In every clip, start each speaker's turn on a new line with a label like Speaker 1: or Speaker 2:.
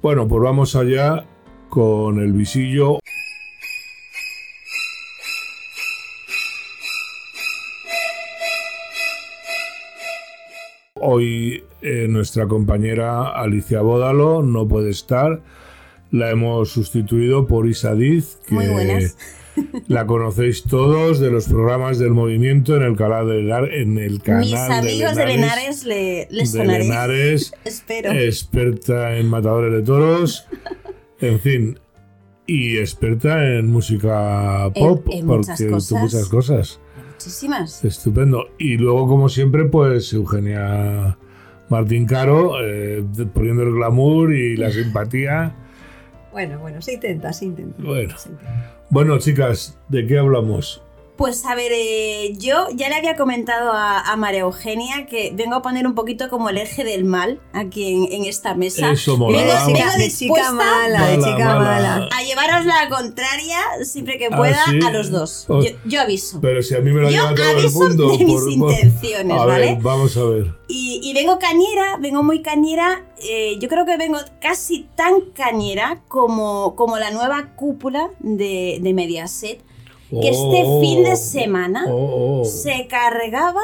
Speaker 1: Bueno, pues vamos allá con el visillo. Hoy eh, nuestra compañera Alicia Bódalo no puede estar. La hemos sustituido por Isadiz,
Speaker 2: Muy
Speaker 1: que
Speaker 2: buenas.
Speaker 1: la conocéis todos de los programas del movimiento en el canal de Lenar- en el canal
Speaker 2: Mis amigos de Lenares, le- les
Speaker 1: de Eh,
Speaker 2: sonaré.
Speaker 1: Lenares,
Speaker 2: Espero.
Speaker 1: experta en matadores de toros, en fin, y experta en música pop,
Speaker 2: en
Speaker 1: porque
Speaker 2: muchas
Speaker 1: tú
Speaker 2: cosas.
Speaker 1: muchas cosas.
Speaker 2: Muchísimas.
Speaker 1: Estupendo. Y luego, como siempre, pues Eugenia Martín Caro, eh, poniendo el glamour y la simpatía.
Speaker 3: Bueno, bueno, se intenta, se intenta.
Speaker 1: Bueno.
Speaker 3: Se intenta.
Speaker 1: Bueno, chicas, ¿de qué hablamos?
Speaker 2: Pues a ver, eh, yo ya le había comentado a, a María Eugenia que vengo a poner un poquito como el eje del mal aquí en, en esta mesa.
Speaker 1: Eso mola.
Speaker 2: Vengo-
Speaker 1: vamos.
Speaker 2: vengo
Speaker 3: de
Speaker 2: dispuesta
Speaker 3: chica mala, de
Speaker 1: Mala,
Speaker 3: chica
Speaker 1: mala.
Speaker 3: mala.
Speaker 2: a llevaros la contraria siempre que pueda
Speaker 1: Ah, sí.
Speaker 2: a los dos.
Speaker 1: Oh.
Speaker 2: Yo, yo aviso.
Speaker 1: Pero si a mí me lo
Speaker 2: Yo
Speaker 1: lleva todo el
Speaker 2: aviso
Speaker 1: mundo.
Speaker 2: de mis intenciones,
Speaker 1: A
Speaker 2: ¿vale?
Speaker 1: ver, vamos a ver.
Speaker 2: Y, y vengo cañera, vengo muy cañera. eh, yo creo que vengo casi tan cañera como, como la nueva cúpula de, de Mediaset, que este fin de semana
Speaker 1: Oh, oh.
Speaker 2: se cargaba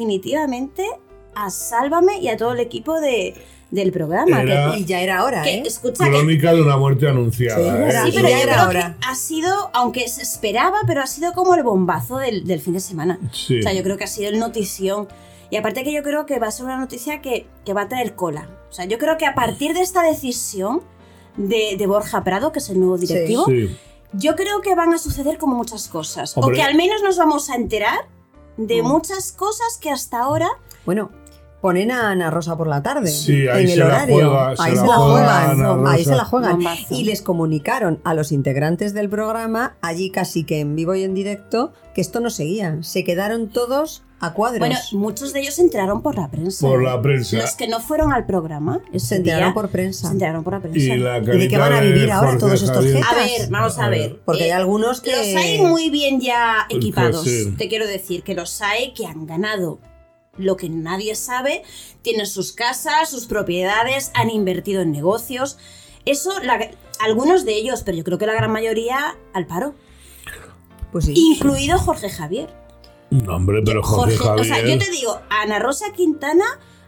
Speaker 2: definitivamente a Sálvame y a todo el equipo de, del programa. que-
Speaker 1: Era-
Speaker 3: Y ya era hora,
Speaker 2: que,
Speaker 3: ¿eh?
Speaker 2: escucha, que-
Speaker 1: Crónica de una muerte anunciada.
Speaker 3: Sí,
Speaker 1: ¿eh?
Speaker 3: era-
Speaker 2: sí,
Speaker 1: Eso
Speaker 2: pero
Speaker 3: ya
Speaker 2: yo
Speaker 3: era
Speaker 2: creo
Speaker 3: hora.
Speaker 2: que ha sido, aunque se esperaba, pero ha sido como el bombazo del, del fin de semana.
Speaker 1: Sí.
Speaker 2: O sea, yo creo que ha sido el notición. Y aparte que yo creo que va a ser una noticia que, que va a traer cola. O sea, yo creo que a partir de esta decisión de, de Borja Prado, que es el nuevo directivo,
Speaker 1: Sí.
Speaker 2: yo creo que van a suceder como muchas cosas.
Speaker 1: Hombre.
Speaker 2: O que al menos nos vamos a enterar de
Speaker 3: Mm.
Speaker 2: muchas cosas que hasta ahora...
Speaker 3: Bueno, ponen a Ana Rosa por la tarde.
Speaker 1: Sí, ahí
Speaker 3: en
Speaker 1: se
Speaker 3: el
Speaker 1: la
Speaker 3: horario.
Speaker 1: juega, se
Speaker 3: ahí
Speaker 1: la
Speaker 3: se la
Speaker 1: juega
Speaker 3: juegan.
Speaker 1: Ana
Speaker 3: Ahí se
Speaker 1: Rosa.
Speaker 3: la juegan.
Speaker 2: Bombazo.
Speaker 3: Y les comunicaron a los integrantes del programa, allí casi que en vivo y en directo, que esto no seguía. Se quedaron todos a cuadros.
Speaker 2: Bueno, muchos de ellos entraron por la prensa.
Speaker 1: Por la prensa.
Speaker 2: Los que no fueron al programa ese
Speaker 3: se enteraron
Speaker 2: día,
Speaker 3: por prensa.
Speaker 2: se enteraron por la
Speaker 1: Y
Speaker 2: prensa.
Speaker 1: la
Speaker 3: de qué van a
Speaker 1: carita
Speaker 3: vivir
Speaker 1: de
Speaker 3: ahora
Speaker 1: Jorge
Speaker 3: todos estos
Speaker 1: Javier.
Speaker 3: jetas?
Speaker 2: A ver, vamos a
Speaker 1: A
Speaker 2: ver.
Speaker 3: Porque hay
Speaker 2: Eh,
Speaker 3: algunos que.
Speaker 2: Los hay muy bien ya
Speaker 1: Pues
Speaker 2: equipados.
Speaker 1: sí.
Speaker 2: Te quiero decir que los hay que han ganado. Lo que nadie sabe, tienen sus casas, sus propiedades, han invertido en negocios. Eso, la- algunos de ellos, pero yo creo que la gran mayoría al paro.
Speaker 3: Pues sí.
Speaker 2: Incluido Jorge Javier.
Speaker 1: No, hombre, pero Jorge,
Speaker 2: Ah, o sea, yo
Speaker 1: Javier.
Speaker 2: te digo, Ana Rosa Quintana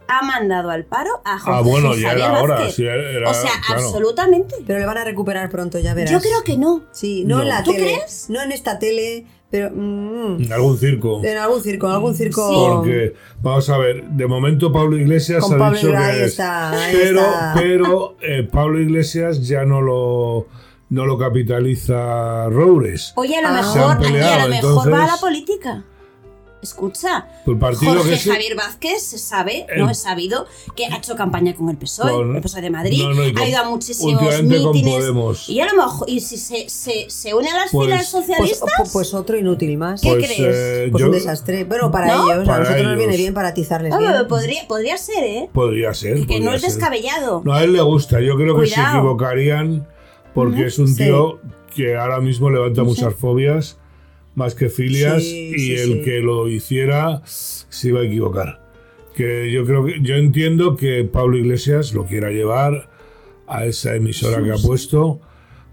Speaker 2: ha mandado al paro a Jorge
Speaker 1: Ah, bueno, ya
Speaker 2: Javier
Speaker 1: era hora.
Speaker 2: Vázquez.
Speaker 1: sí, era-
Speaker 2: o sea,
Speaker 1: claro.
Speaker 2: absolutamente.
Speaker 3: Pero le van a recuperar pronto, ya verás.
Speaker 2: Yo creo que no.
Speaker 3: Sí, no, en
Speaker 1: No.
Speaker 3: la
Speaker 2: ¿Tú
Speaker 3: tele.
Speaker 2: crees?
Speaker 3: No en esta tele, pero. mm,
Speaker 1: En algún circo.
Speaker 3: en algún circo, en algún circo.
Speaker 1: Porque, vamos a ver, de momento Pablo Iglesias
Speaker 3: Con
Speaker 1: ha
Speaker 3: Pablo
Speaker 1: dicho
Speaker 3: Iglesias, ahí
Speaker 1: que es.
Speaker 3: está, ahí
Speaker 1: Pero,
Speaker 3: está.
Speaker 1: pero eh, Pablo Iglesias ya no lo, no lo capitaliza Roures.
Speaker 2: Oye, a lo
Speaker 3: Ah.
Speaker 2: mejor,
Speaker 3: Se han
Speaker 2: aquí a
Speaker 1: peleado,
Speaker 2: lo mejor va a la
Speaker 1: entonces-
Speaker 2: política. Escucha,
Speaker 1: El Pues partido
Speaker 2: Jorge
Speaker 1: que se-
Speaker 2: Javier Vázquez se sabe,
Speaker 1: El-
Speaker 2: no es sabido, que ha hecho campaña con el PSOE,
Speaker 1: Con-
Speaker 2: E, el PSOE de Madrid,
Speaker 1: No, no, y con-
Speaker 2: ha ido a muchísimos
Speaker 1: últimamente con
Speaker 2: mítines.
Speaker 1: Podemos.
Speaker 2: Y a lo mejor, y si se, se, se une a las
Speaker 1: Pues-
Speaker 2: filas
Speaker 3: Pues,
Speaker 2: socialistas,
Speaker 3: pues- pues otro inútil más.
Speaker 2: ¿Qué
Speaker 1: Pues,
Speaker 2: crees?
Speaker 1: eh,
Speaker 3: Pues
Speaker 1: yo-
Speaker 3: un desastre. Bueno, para
Speaker 2: ¿No?
Speaker 3: ellos,
Speaker 1: Para
Speaker 3: a nosotros nos
Speaker 1: ellos.
Speaker 3: viene bien para atizarles
Speaker 2: ah,
Speaker 3: bien.
Speaker 2: podría, podría ser, ¿eh?
Speaker 1: Podría ser.
Speaker 2: Que no
Speaker 1: eh, podría
Speaker 2: es
Speaker 1: ser.
Speaker 2: descabellado.
Speaker 1: No, a él le gusta. Yo creo que se
Speaker 2: Cuidado.
Speaker 1: equivocarían porque es un
Speaker 3: Sí.
Speaker 1: tío que ahora mismo levanta muchas fobias, más que filias,
Speaker 3: Sí,
Speaker 1: y
Speaker 3: sí,
Speaker 1: el
Speaker 3: sí.
Speaker 1: que lo hiciera se iba a equivocar. Que yo creo que yo entiendo que Pablo Iglesias lo quiera llevar a esa emisora que ha puesto.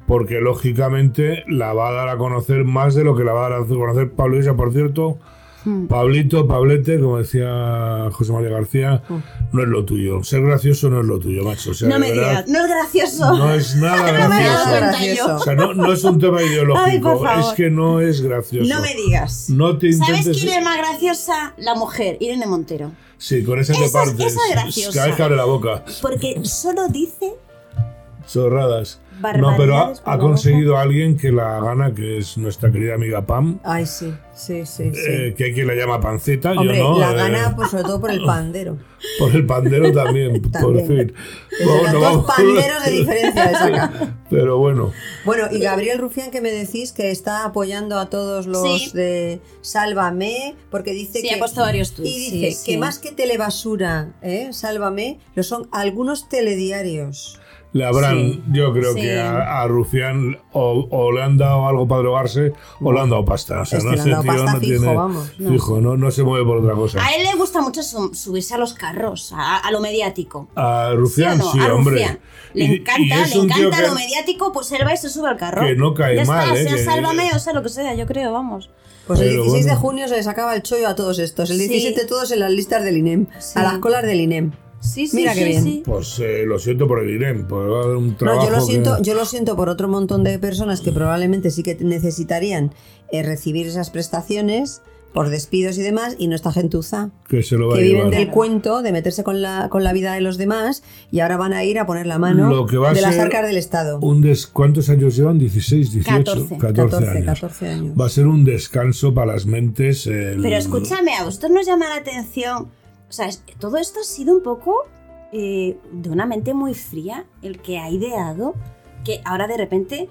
Speaker 1: Porque lógicamente la va a dar a conocer más de lo que la va a dar a conocer Pablo Iglesias. Por cierto,
Speaker 2: Hmm.
Speaker 1: Pablito, Pablete, como decía José María García, no es lo tuyo. Ser gracioso no es lo tuyo, macho. O sea,
Speaker 2: Oh. no
Speaker 1: de
Speaker 2: me
Speaker 1: verdad,
Speaker 2: digas, no es gracioso.
Speaker 1: No es nada
Speaker 2: No me he
Speaker 1: gracioso.
Speaker 2: dado cuenta
Speaker 3: Gracioso.
Speaker 2: yo.
Speaker 1: O sea, no, no es un tema ideológico,
Speaker 2: Ay, por favor.
Speaker 1: es que no es gracioso.
Speaker 2: No me digas.
Speaker 1: No te
Speaker 2: ¿Sabes
Speaker 1: intentes.
Speaker 2: quién es más graciosa? La mujer, Irene Montero.
Speaker 1: Sí, con esa te
Speaker 2: Esa-
Speaker 1: partes.
Speaker 2: esa es graciosa.
Speaker 1: Cada vez que abre la boca.
Speaker 2: Porque solo dice
Speaker 1: Chorradas. No, pero
Speaker 2: Barbaridades
Speaker 1: ha,
Speaker 2: por
Speaker 1: ha
Speaker 2: la boca.
Speaker 1: conseguido a alguien que la gana, que es nuestra querida amiga Pam,
Speaker 3: Ay, sí, sí, sí. sí.
Speaker 1: eh, que hay quien la llama panceta,
Speaker 3: Hombre,
Speaker 1: yo no.
Speaker 3: la
Speaker 1: eh,
Speaker 3: gana pues, sobre todo por el pandero.
Speaker 1: Por el pandero también, por
Speaker 3: También.
Speaker 1: fin.
Speaker 3: Entre
Speaker 1: Vamos,
Speaker 3: los
Speaker 1: no
Speaker 3: dos
Speaker 1: vamos.
Speaker 3: panderos de diferencia le saca.
Speaker 1: Pero bueno,
Speaker 3: Bueno, y Gabriel Rufián, que me decís que está apoyando a todos los
Speaker 2: Sí.
Speaker 3: de Sálvame, porque dice
Speaker 2: Sí,
Speaker 3: que.
Speaker 2: ha puesto varios tuits,
Speaker 3: Y dice
Speaker 2: sí,
Speaker 3: que
Speaker 2: sí.
Speaker 3: más que telebasura, ¿eh? Sálvame, lo son algunos telediarios.
Speaker 1: le habrán,
Speaker 2: Sí,
Speaker 1: yo creo
Speaker 2: sí.
Speaker 1: que a, a Rufián o, o le han dado algo para drogarse o le han dado pasta. O sea,
Speaker 3: Es
Speaker 1: no,
Speaker 3: que le han
Speaker 1: este
Speaker 3: dado
Speaker 1: tío
Speaker 3: pasta
Speaker 1: no
Speaker 3: fijo,
Speaker 1: tiene-
Speaker 3: vamos,
Speaker 2: no.
Speaker 1: fijo, no, no se mueve por otra cosa.
Speaker 2: A él le gusta mucho su- subirse a los carros, a, a lo mediático.
Speaker 1: A Rufián,
Speaker 2: ¿Sí o no?
Speaker 1: sí,
Speaker 2: A
Speaker 1: hombre.
Speaker 2: Rufián. Le
Speaker 1: Y- y
Speaker 2: encanta,
Speaker 1: es
Speaker 2: le
Speaker 1: un tío
Speaker 2: encanta
Speaker 1: que-
Speaker 2: lo mediático, pues él va y se sube al carro.
Speaker 1: que no cae
Speaker 2: ya
Speaker 1: mal,
Speaker 2: está,
Speaker 1: ¿eh?
Speaker 2: sea
Speaker 1: Que-
Speaker 2: sálvame o sea lo que sea, yo creo, vamos.
Speaker 3: Pues el
Speaker 1: Pero
Speaker 3: 16 de
Speaker 1: bueno.
Speaker 3: junio se les acaba el chollo a todos estos. El
Speaker 2: Sí.
Speaker 3: 17 todos en las listas del INEM.
Speaker 2: Sí.
Speaker 3: A las colas del E INEM.
Speaker 2: Sí, sí,
Speaker 3: Mira
Speaker 2: sí,
Speaker 3: qué bien.
Speaker 2: sí.
Speaker 1: Pues eh, lo siento por el Irem, porque va a haber un trabajo.
Speaker 3: No, yo lo,
Speaker 1: que-
Speaker 3: siento, yo lo siento por otro montón de personas que probablemente sí que necesitarían eh, recibir esas prestaciones por despidos y demás, y no esta gentuza.
Speaker 1: que se lo va
Speaker 3: que
Speaker 1: a
Speaker 3: viven
Speaker 1: llevar.
Speaker 3: del cuento de meterse con la, con la vida de los demás y ahora van a ir a poner la mano
Speaker 1: Lo que va a
Speaker 3: de las
Speaker 1: ser
Speaker 3: arcas del Estado.
Speaker 1: Un des- ¿Cuántos años llevan? 16, 18,
Speaker 2: 14,
Speaker 1: 14,
Speaker 3: 14,
Speaker 1: años.
Speaker 3: 14 años.
Speaker 1: Va a ser un descanso para las mentes. el-
Speaker 2: Pero escúchame, a vosotros nos llama la atención. O sea, es- todo esto ha sido un poco eh, de una mente muy fría el que ha ideado que ahora de repente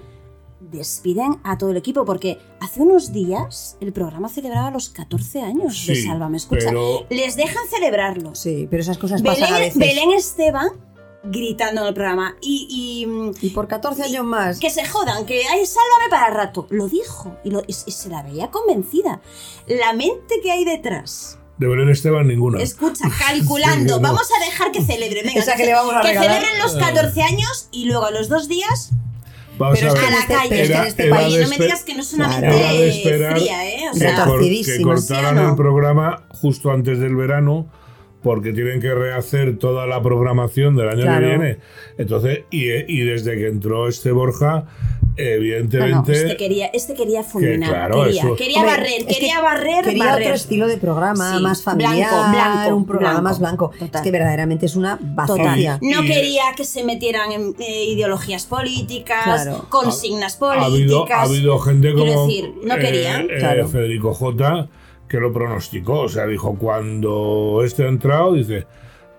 Speaker 2: despiden a todo el equipo. Porque hace unos días el programa celebraba los 14 años de
Speaker 1: Sí,
Speaker 2: Sálvame. Escucha,
Speaker 1: pero-
Speaker 2: les dejan celebrarlo.
Speaker 3: Sí, pero esas cosas pasan a
Speaker 2: Belén,
Speaker 3: veces.
Speaker 2: Belén Esteban gritando en el programa y, y, mm,
Speaker 3: Y por 14 años más.
Speaker 2: que se jodan, que hay sálvame para rato. Lo dijo y, lo- y- y se la veía convencida. La mente que hay detrás.
Speaker 1: De Belén Esteban, ninguna.
Speaker 2: Escucha, calculando,
Speaker 1: Sí, no.
Speaker 2: vamos a dejar que celebre. Venga,
Speaker 3: O sea, que
Speaker 2: ce-
Speaker 3: le vamos a
Speaker 2: que
Speaker 3: regalar. Eh.
Speaker 2: celebren los 14 años y luego a los dos días
Speaker 1: Vamos
Speaker 3: Pero
Speaker 1: a
Speaker 3: es
Speaker 1: ver.
Speaker 2: a la
Speaker 3: este-
Speaker 2: calle.
Speaker 3: pero es que en
Speaker 1: Era-
Speaker 3: este
Speaker 1: era
Speaker 2: país
Speaker 1: de
Speaker 2: no me
Speaker 1: esper-
Speaker 2: digas que no es una
Speaker 3: Claro.
Speaker 1: era de
Speaker 2: mente
Speaker 1: esperar
Speaker 2: fría, ¿eh? O
Speaker 1: que
Speaker 2: sea,
Speaker 1: cor- que
Speaker 3: Retorcidísima.
Speaker 1: cortaran
Speaker 2: ¿Sí o no?
Speaker 1: el programa justo antes del verano porque tienen que rehacer toda la programación del año
Speaker 3: Claro.
Speaker 1: que viene. Entonces, y, y desde que entró este Borja,
Speaker 2: no, no,
Speaker 1: evidentemente...
Speaker 2: este quería, este quería fulminar,
Speaker 1: claro,
Speaker 2: quería,
Speaker 1: eso-
Speaker 2: quería
Speaker 3: Hombre,
Speaker 2: barrer,
Speaker 3: es que
Speaker 2: quería barrer,
Speaker 3: Quería
Speaker 2: barrer.
Speaker 3: otro estilo de programa,
Speaker 2: Sí,
Speaker 3: más familiar,
Speaker 2: blanco, blanco,
Speaker 3: un programa
Speaker 2: blanco.
Speaker 3: más blanco.
Speaker 2: Total.
Speaker 3: Es que verdaderamente es una
Speaker 2: Total.
Speaker 3: bazofia.
Speaker 2: No
Speaker 1: Y-
Speaker 2: quería que se metieran en eh, ideologías políticas,
Speaker 3: Claro.
Speaker 2: consignas políticas.
Speaker 1: ha habido, ha habido gente
Speaker 2: Quiero
Speaker 1: como eh,
Speaker 2: decir, no querían.
Speaker 3: Claro.
Speaker 1: Federico J que lo pronosticó, o sea, dijo cuando este ha entrado, dice,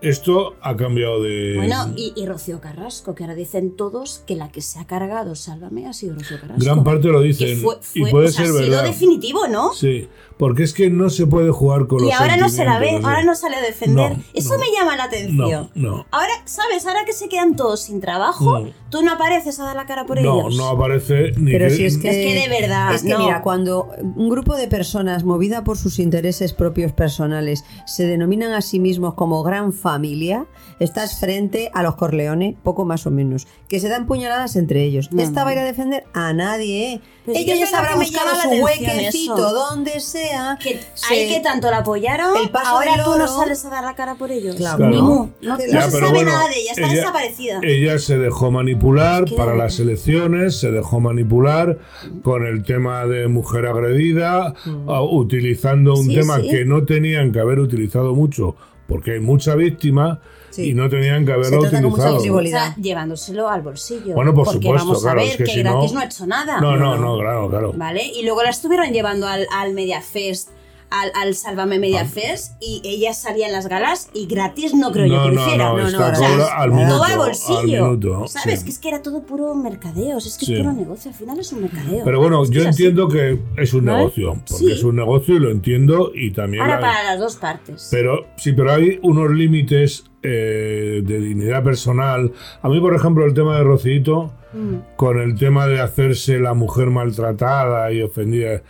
Speaker 1: esto ha cambiado de...
Speaker 2: Bueno,
Speaker 1: Eh,
Speaker 2: y, y Rocío Carrasco, que ahora dicen todos que la que se ha cargado Sálvame ha sido Rocío Carrasco.
Speaker 1: Gran parte lo
Speaker 2: Que
Speaker 1: dicen.
Speaker 2: fue- fue-
Speaker 1: y puede
Speaker 2: o sea,
Speaker 1: ser
Speaker 2: ha sido
Speaker 1: verdad.
Speaker 2: definitivo, ¿no?
Speaker 1: Sí, porque es que no se puede jugar con
Speaker 2: Y
Speaker 1: los
Speaker 2: ahora no se la ve,
Speaker 1: sentimientos,
Speaker 2: ahora
Speaker 1: ¿sí?
Speaker 2: no sale a defender.
Speaker 1: No,
Speaker 2: Eso
Speaker 1: no.
Speaker 2: me llama la
Speaker 1: No,
Speaker 2: atención.
Speaker 1: no.
Speaker 2: Ahora, ¿sabes? Ahora que se quedan todos sin trabajo,
Speaker 1: No.
Speaker 2: tú no apareces a dar la cara por
Speaker 1: No,
Speaker 2: ellos.
Speaker 1: no aparece ni
Speaker 3: Pero
Speaker 1: que-
Speaker 3: si es que,
Speaker 2: Es que de verdad,
Speaker 3: Es que
Speaker 2: no.
Speaker 3: mira, cuando un grupo de personas movida por sus intereses propios personales se denominan a sí mismos como gran familia, estás frente a los Corleones, poco más o menos, que se dan puñaladas entre ellos.
Speaker 2: No,
Speaker 3: ¿Esta
Speaker 2: no.
Speaker 3: va a ir a defender a nadie? ¿eh?
Speaker 2: Pero si
Speaker 3: Ella
Speaker 2: yo
Speaker 3: ya
Speaker 2: sé
Speaker 3: se habrá
Speaker 2: lo que me
Speaker 3: buscado
Speaker 2: llama la
Speaker 3: su
Speaker 2: atención
Speaker 3: huequecito,
Speaker 2: eso.
Speaker 3: donde sea.
Speaker 2: Que
Speaker 3: se-
Speaker 2: ahí que tanto la apoyaron,
Speaker 3: El paso
Speaker 2: ahora
Speaker 3: del
Speaker 2: tú no
Speaker 3: oro.
Speaker 2: sales a dar la cara por ellos.
Speaker 3: Claro.
Speaker 1: Claro.
Speaker 2: Ni mu. No, no
Speaker 3: Ya,
Speaker 2: se
Speaker 1: pero
Speaker 2: sabe
Speaker 1: bueno,
Speaker 2: nada de ella, está
Speaker 1: ella-
Speaker 2: desaparecida.
Speaker 1: Ella se dejó manipular
Speaker 2: que-
Speaker 1: para las elecciones, se dejó manipular con el tema de mujer agredida, a- utilizando un
Speaker 2: Mm. Sí,
Speaker 1: tema
Speaker 2: sí.
Speaker 1: que no tenían que haber utilizado mucho, porque hay mucha víctima
Speaker 3: Sí.
Speaker 1: y no tenían que haberlo
Speaker 3: trata con mucha
Speaker 1: utilizado.
Speaker 3: visibilidad.
Speaker 2: O sea, llevándoselo al bolsillo.
Speaker 1: Bueno, por
Speaker 2: porque
Speaker 1: supuesto,
Speaker 2: vamos
Speaker 1: claro,
Speaker 2: a ver
Speaker 1: es que
Speaker 2: que,
Speaker 1: si no-
Speaker 2: gratis no ha hecho nada.
Speaker 1: No, no, no, claro, claro.
Speaker 2: ¿Vale? Y luego la estuvieron llevando al, al Mediafest, al, al Sálvame Mediafest, y ella salía en las galas y gratis no creo
Speaker 1: Ah.
Speaker 2: yo
Speaker 1: No,
Speaker 2: que lo
Speaker 1: no,
Speaker 2: hiciera.
Speaker 1: no,
Speaker 3: está
Speaker 2: O sea,
Speaker 3: cobra
Speaker 1: al
Speaker 2: todo
Speaker 1: minuto,
Speaker 2: al bolsillo.
Speaker 1: al minuto,
Speaker 2: ¿Sabes?
Speaker 1: sí.
Speaker 2: Que es que era todo puro mercadeo, o sea, es que
Speaker 1: Sí.
Speaker 2: es puro negocio, al final es un mercadeo.
Speaker 1: Pero bueno,
Speaker 2: Es que
Speaker 1: yo
Speaker 2: es así.
Speaker 1: entiendo que es un
Speaker 2: ¿Vale?
Speaker 1: negocio, porque
Speaker 2: Sí.
Speaker 1: es un negocio y lo entiendo y también...
Speaker 2: Ahora
Speaker 1: la-
Speaker 2: para las dos partes.
Speaker 1: Pero sí, pero hay unos límites eh, de dignidad personal. A mí, por ejemplo, el tema de Rocito,
Speaker 2: Mm.
Speaker 1: con el tema de hacerse la mujer maltratada y ofendida,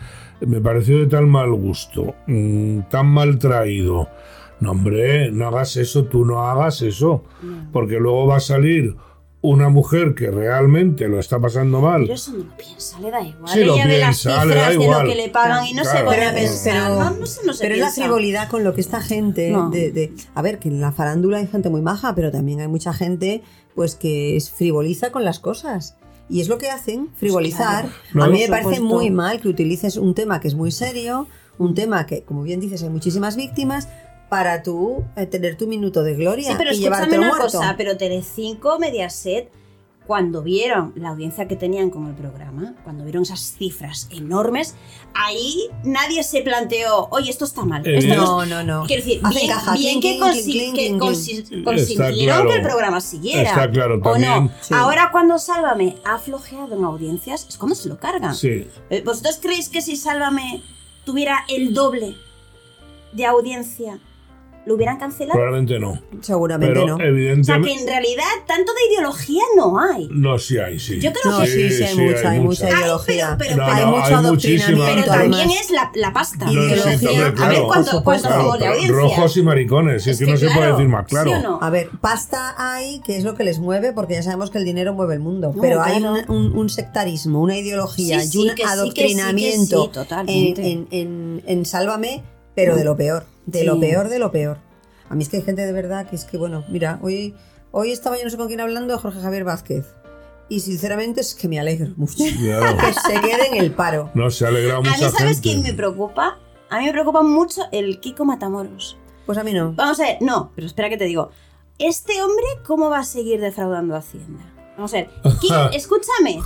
Speaker 1: me pareció de tal mal gusto, mm, tan mal traído. No, hombre, no hagas eso, tú no hagas eso, porque luego va a salir una mujer que realmente lo está pasando mal.
Speaker 2: Pero eso no lo piensa, le da igual.
Speaker 1: Sí, lo
Speaker 2: Ella ve las
Speaker 1: piensa,
Speaker 2: cifras
Speaker 1: le da
Speaker 2: de
Speaker 1: igual.
Speaker 2: lo que le pagan y no se
Speaker 1: Claro.
Speaker 2: pone a
Speaker 1: Pero-
Speaker 2: pensar.
Speaker 3: pero-
Speaker 2: no, no se, no se
Speaker 3: Pero es la
Speaker 2: piensa.
Speaker 3: frivolidad con lo que esta gente
Speaker 2: No.
Speaker 3: de, de- a ver, que en la farándula hay gente muy maja, pero también hay mucha gente pues que es frivoliza con las cosas. Y es lo que hacen, frivolizar.
Speaker 2: Pues Claro.
Speaker 1: No,
Speaker 3: a mí
Speaker 1: por
Speaker 3: me parece
Speaker 2: supuesto.
Speaker 3: muy mal que utilices un tema que es muy serio, un tema que, como bien dices, hay muchísimas víctimas, para tú eh, tener tu minuto de gloria
Speaker 2: Sí, pero
Speaker 3: y llevarte
Speaker 2: escúchame
Speaker 3: al
Speaker 2: una
Speaker 3: muerto.
Speaker 2: cosa, pero Telecinco, Mediaset, cuando vieron la audiencia que tenían con el programa, cuando vieron esas cifras enormes, ahí nadie se planteó, oye, esto está mal.
Speaker 1: Eh,
Speaker 2: esto no
Speaker 3: no, no, no.
Speaker 2: está-". Quiero decir,
Speaker 3: Hacen
Speaker 2: bien,
Speaker 3: caja,
Speaker 2: bien
Speaker 3: clink,
Speaker 2: que,
Speaker 3: clink,
Speaker 2: consi-
Speaker 3: clink,
Speaker 2: que
Speaker 3: clink,
Speaker 2: consi-
Speaker 1: clink.
Speaker 2: consintieron
Speaker 1: Está claro.
Speaker 2: que el programa siguiera.
Speaker 1: Está claro,
Speaker 2: ¿O no?
Speaker 1: también.
Speaker 3: Sí.
Speaker 2: Ahora cuando Sálvame ha flojeado en audiencias, es cuando se lo cargan.
Speaker 1: Sí.
Speaker 2: Eh, ¿Vosotros creéis que si Sálvame tuviera el doble de audiencia, ¿Lo hubieran cancelado?
Speaker 1: Probablemente no.
Speaker 3: Seguramente
Speaker 1: Pero
Speaker 3: no.
Speaker 2: O sea, que
Speaker 1: evidentemente.
Speaker 2: en realidad tanto de ideología no hay.
Speaker 1: No, sí hay, sí.
Speaker 2: Yo creo
Speaker 3: No,
Speaker 2: que
Speaker 3: sí, sí, hay mucha, hay mucha
Speaker 2: Ay,
Speaker 3: ideología.
Speaker 2: Ah, pero- pero- No,
Speaker 3: hay
Speaker 2: no,
Speaker 3: mucho
Speaker 1: hay
Speaker 3: adoctrinamiento.
Speaker 1: muchísima-
Speaker 2: Pero
Speaker 1: Claro.
Speaker 2: también es la, la pasta.
Speaker 1: No, sí,
Speaker 3: ideología.
Speaker 1: hombre,
Speaker 2: A ver
Speaker 1: claro.
Speaker 2: cuánto, cuánto
Speaker 3: Claro,
Speaker 2: somos de
Speaker 1: pero
Speaker 2: audiencia.
Speaker 1: rojos y maricones, si es,
Speaker 2: Es
Speaker 1: que no
Speaker 2: que
Speaker 1: se puede
Speaker 2: claro,
Speaker 1: decir más
Speaker 2: ¿sí
Speaker 1: claro.
Speaker 2: o no?
Speaker 3: A ver, pasta hay, que es lo que les mueve, porque ya sabemos que el dinero mueve el mundo.
Speaker 2: No,
Speaker 3: pero hay
Speaker 2: claro.
Speaker 3: un, un- un sectarismo, una ideología
Speaker 2: Sí, sí,
Speaker 3: y un
Speaker 2: que sí, que sí, que sí,
Speaker 3: adoctrinamiento en-
Speaker 2: totalmente.
Speaker 3: en, en- en Sálvame, pero de lo peor, de lo
Speaker 2: Sí.
Speaker 3: peor, de lo peor. A mí es que hay gente de verdad que es que, bueno, mira, hoy, hoy estaba yo no sé con quién hablando, Jorge Javier Vázquez. Y sinceramente es que me alegro mucho.
Speaker 1: Claro.
Speaker 3: que se quede en el paro.
Speaker 1: No, se ha alegrado mucha
Speaker 2: A mí,
Speaker 1: gente.
Speaker 2: Ah, ¿sabes quién me preocupa? A mí me preocupa mucho el Kiko Matamoros.
Speaker 3: Pues a mí no.
Speaker 2: Vamos a ver, no, pero espera que te digo. ¿Este hombre cómo va a seguir defraudando a Hacienda? Vamos a ver, Ki- escúchame.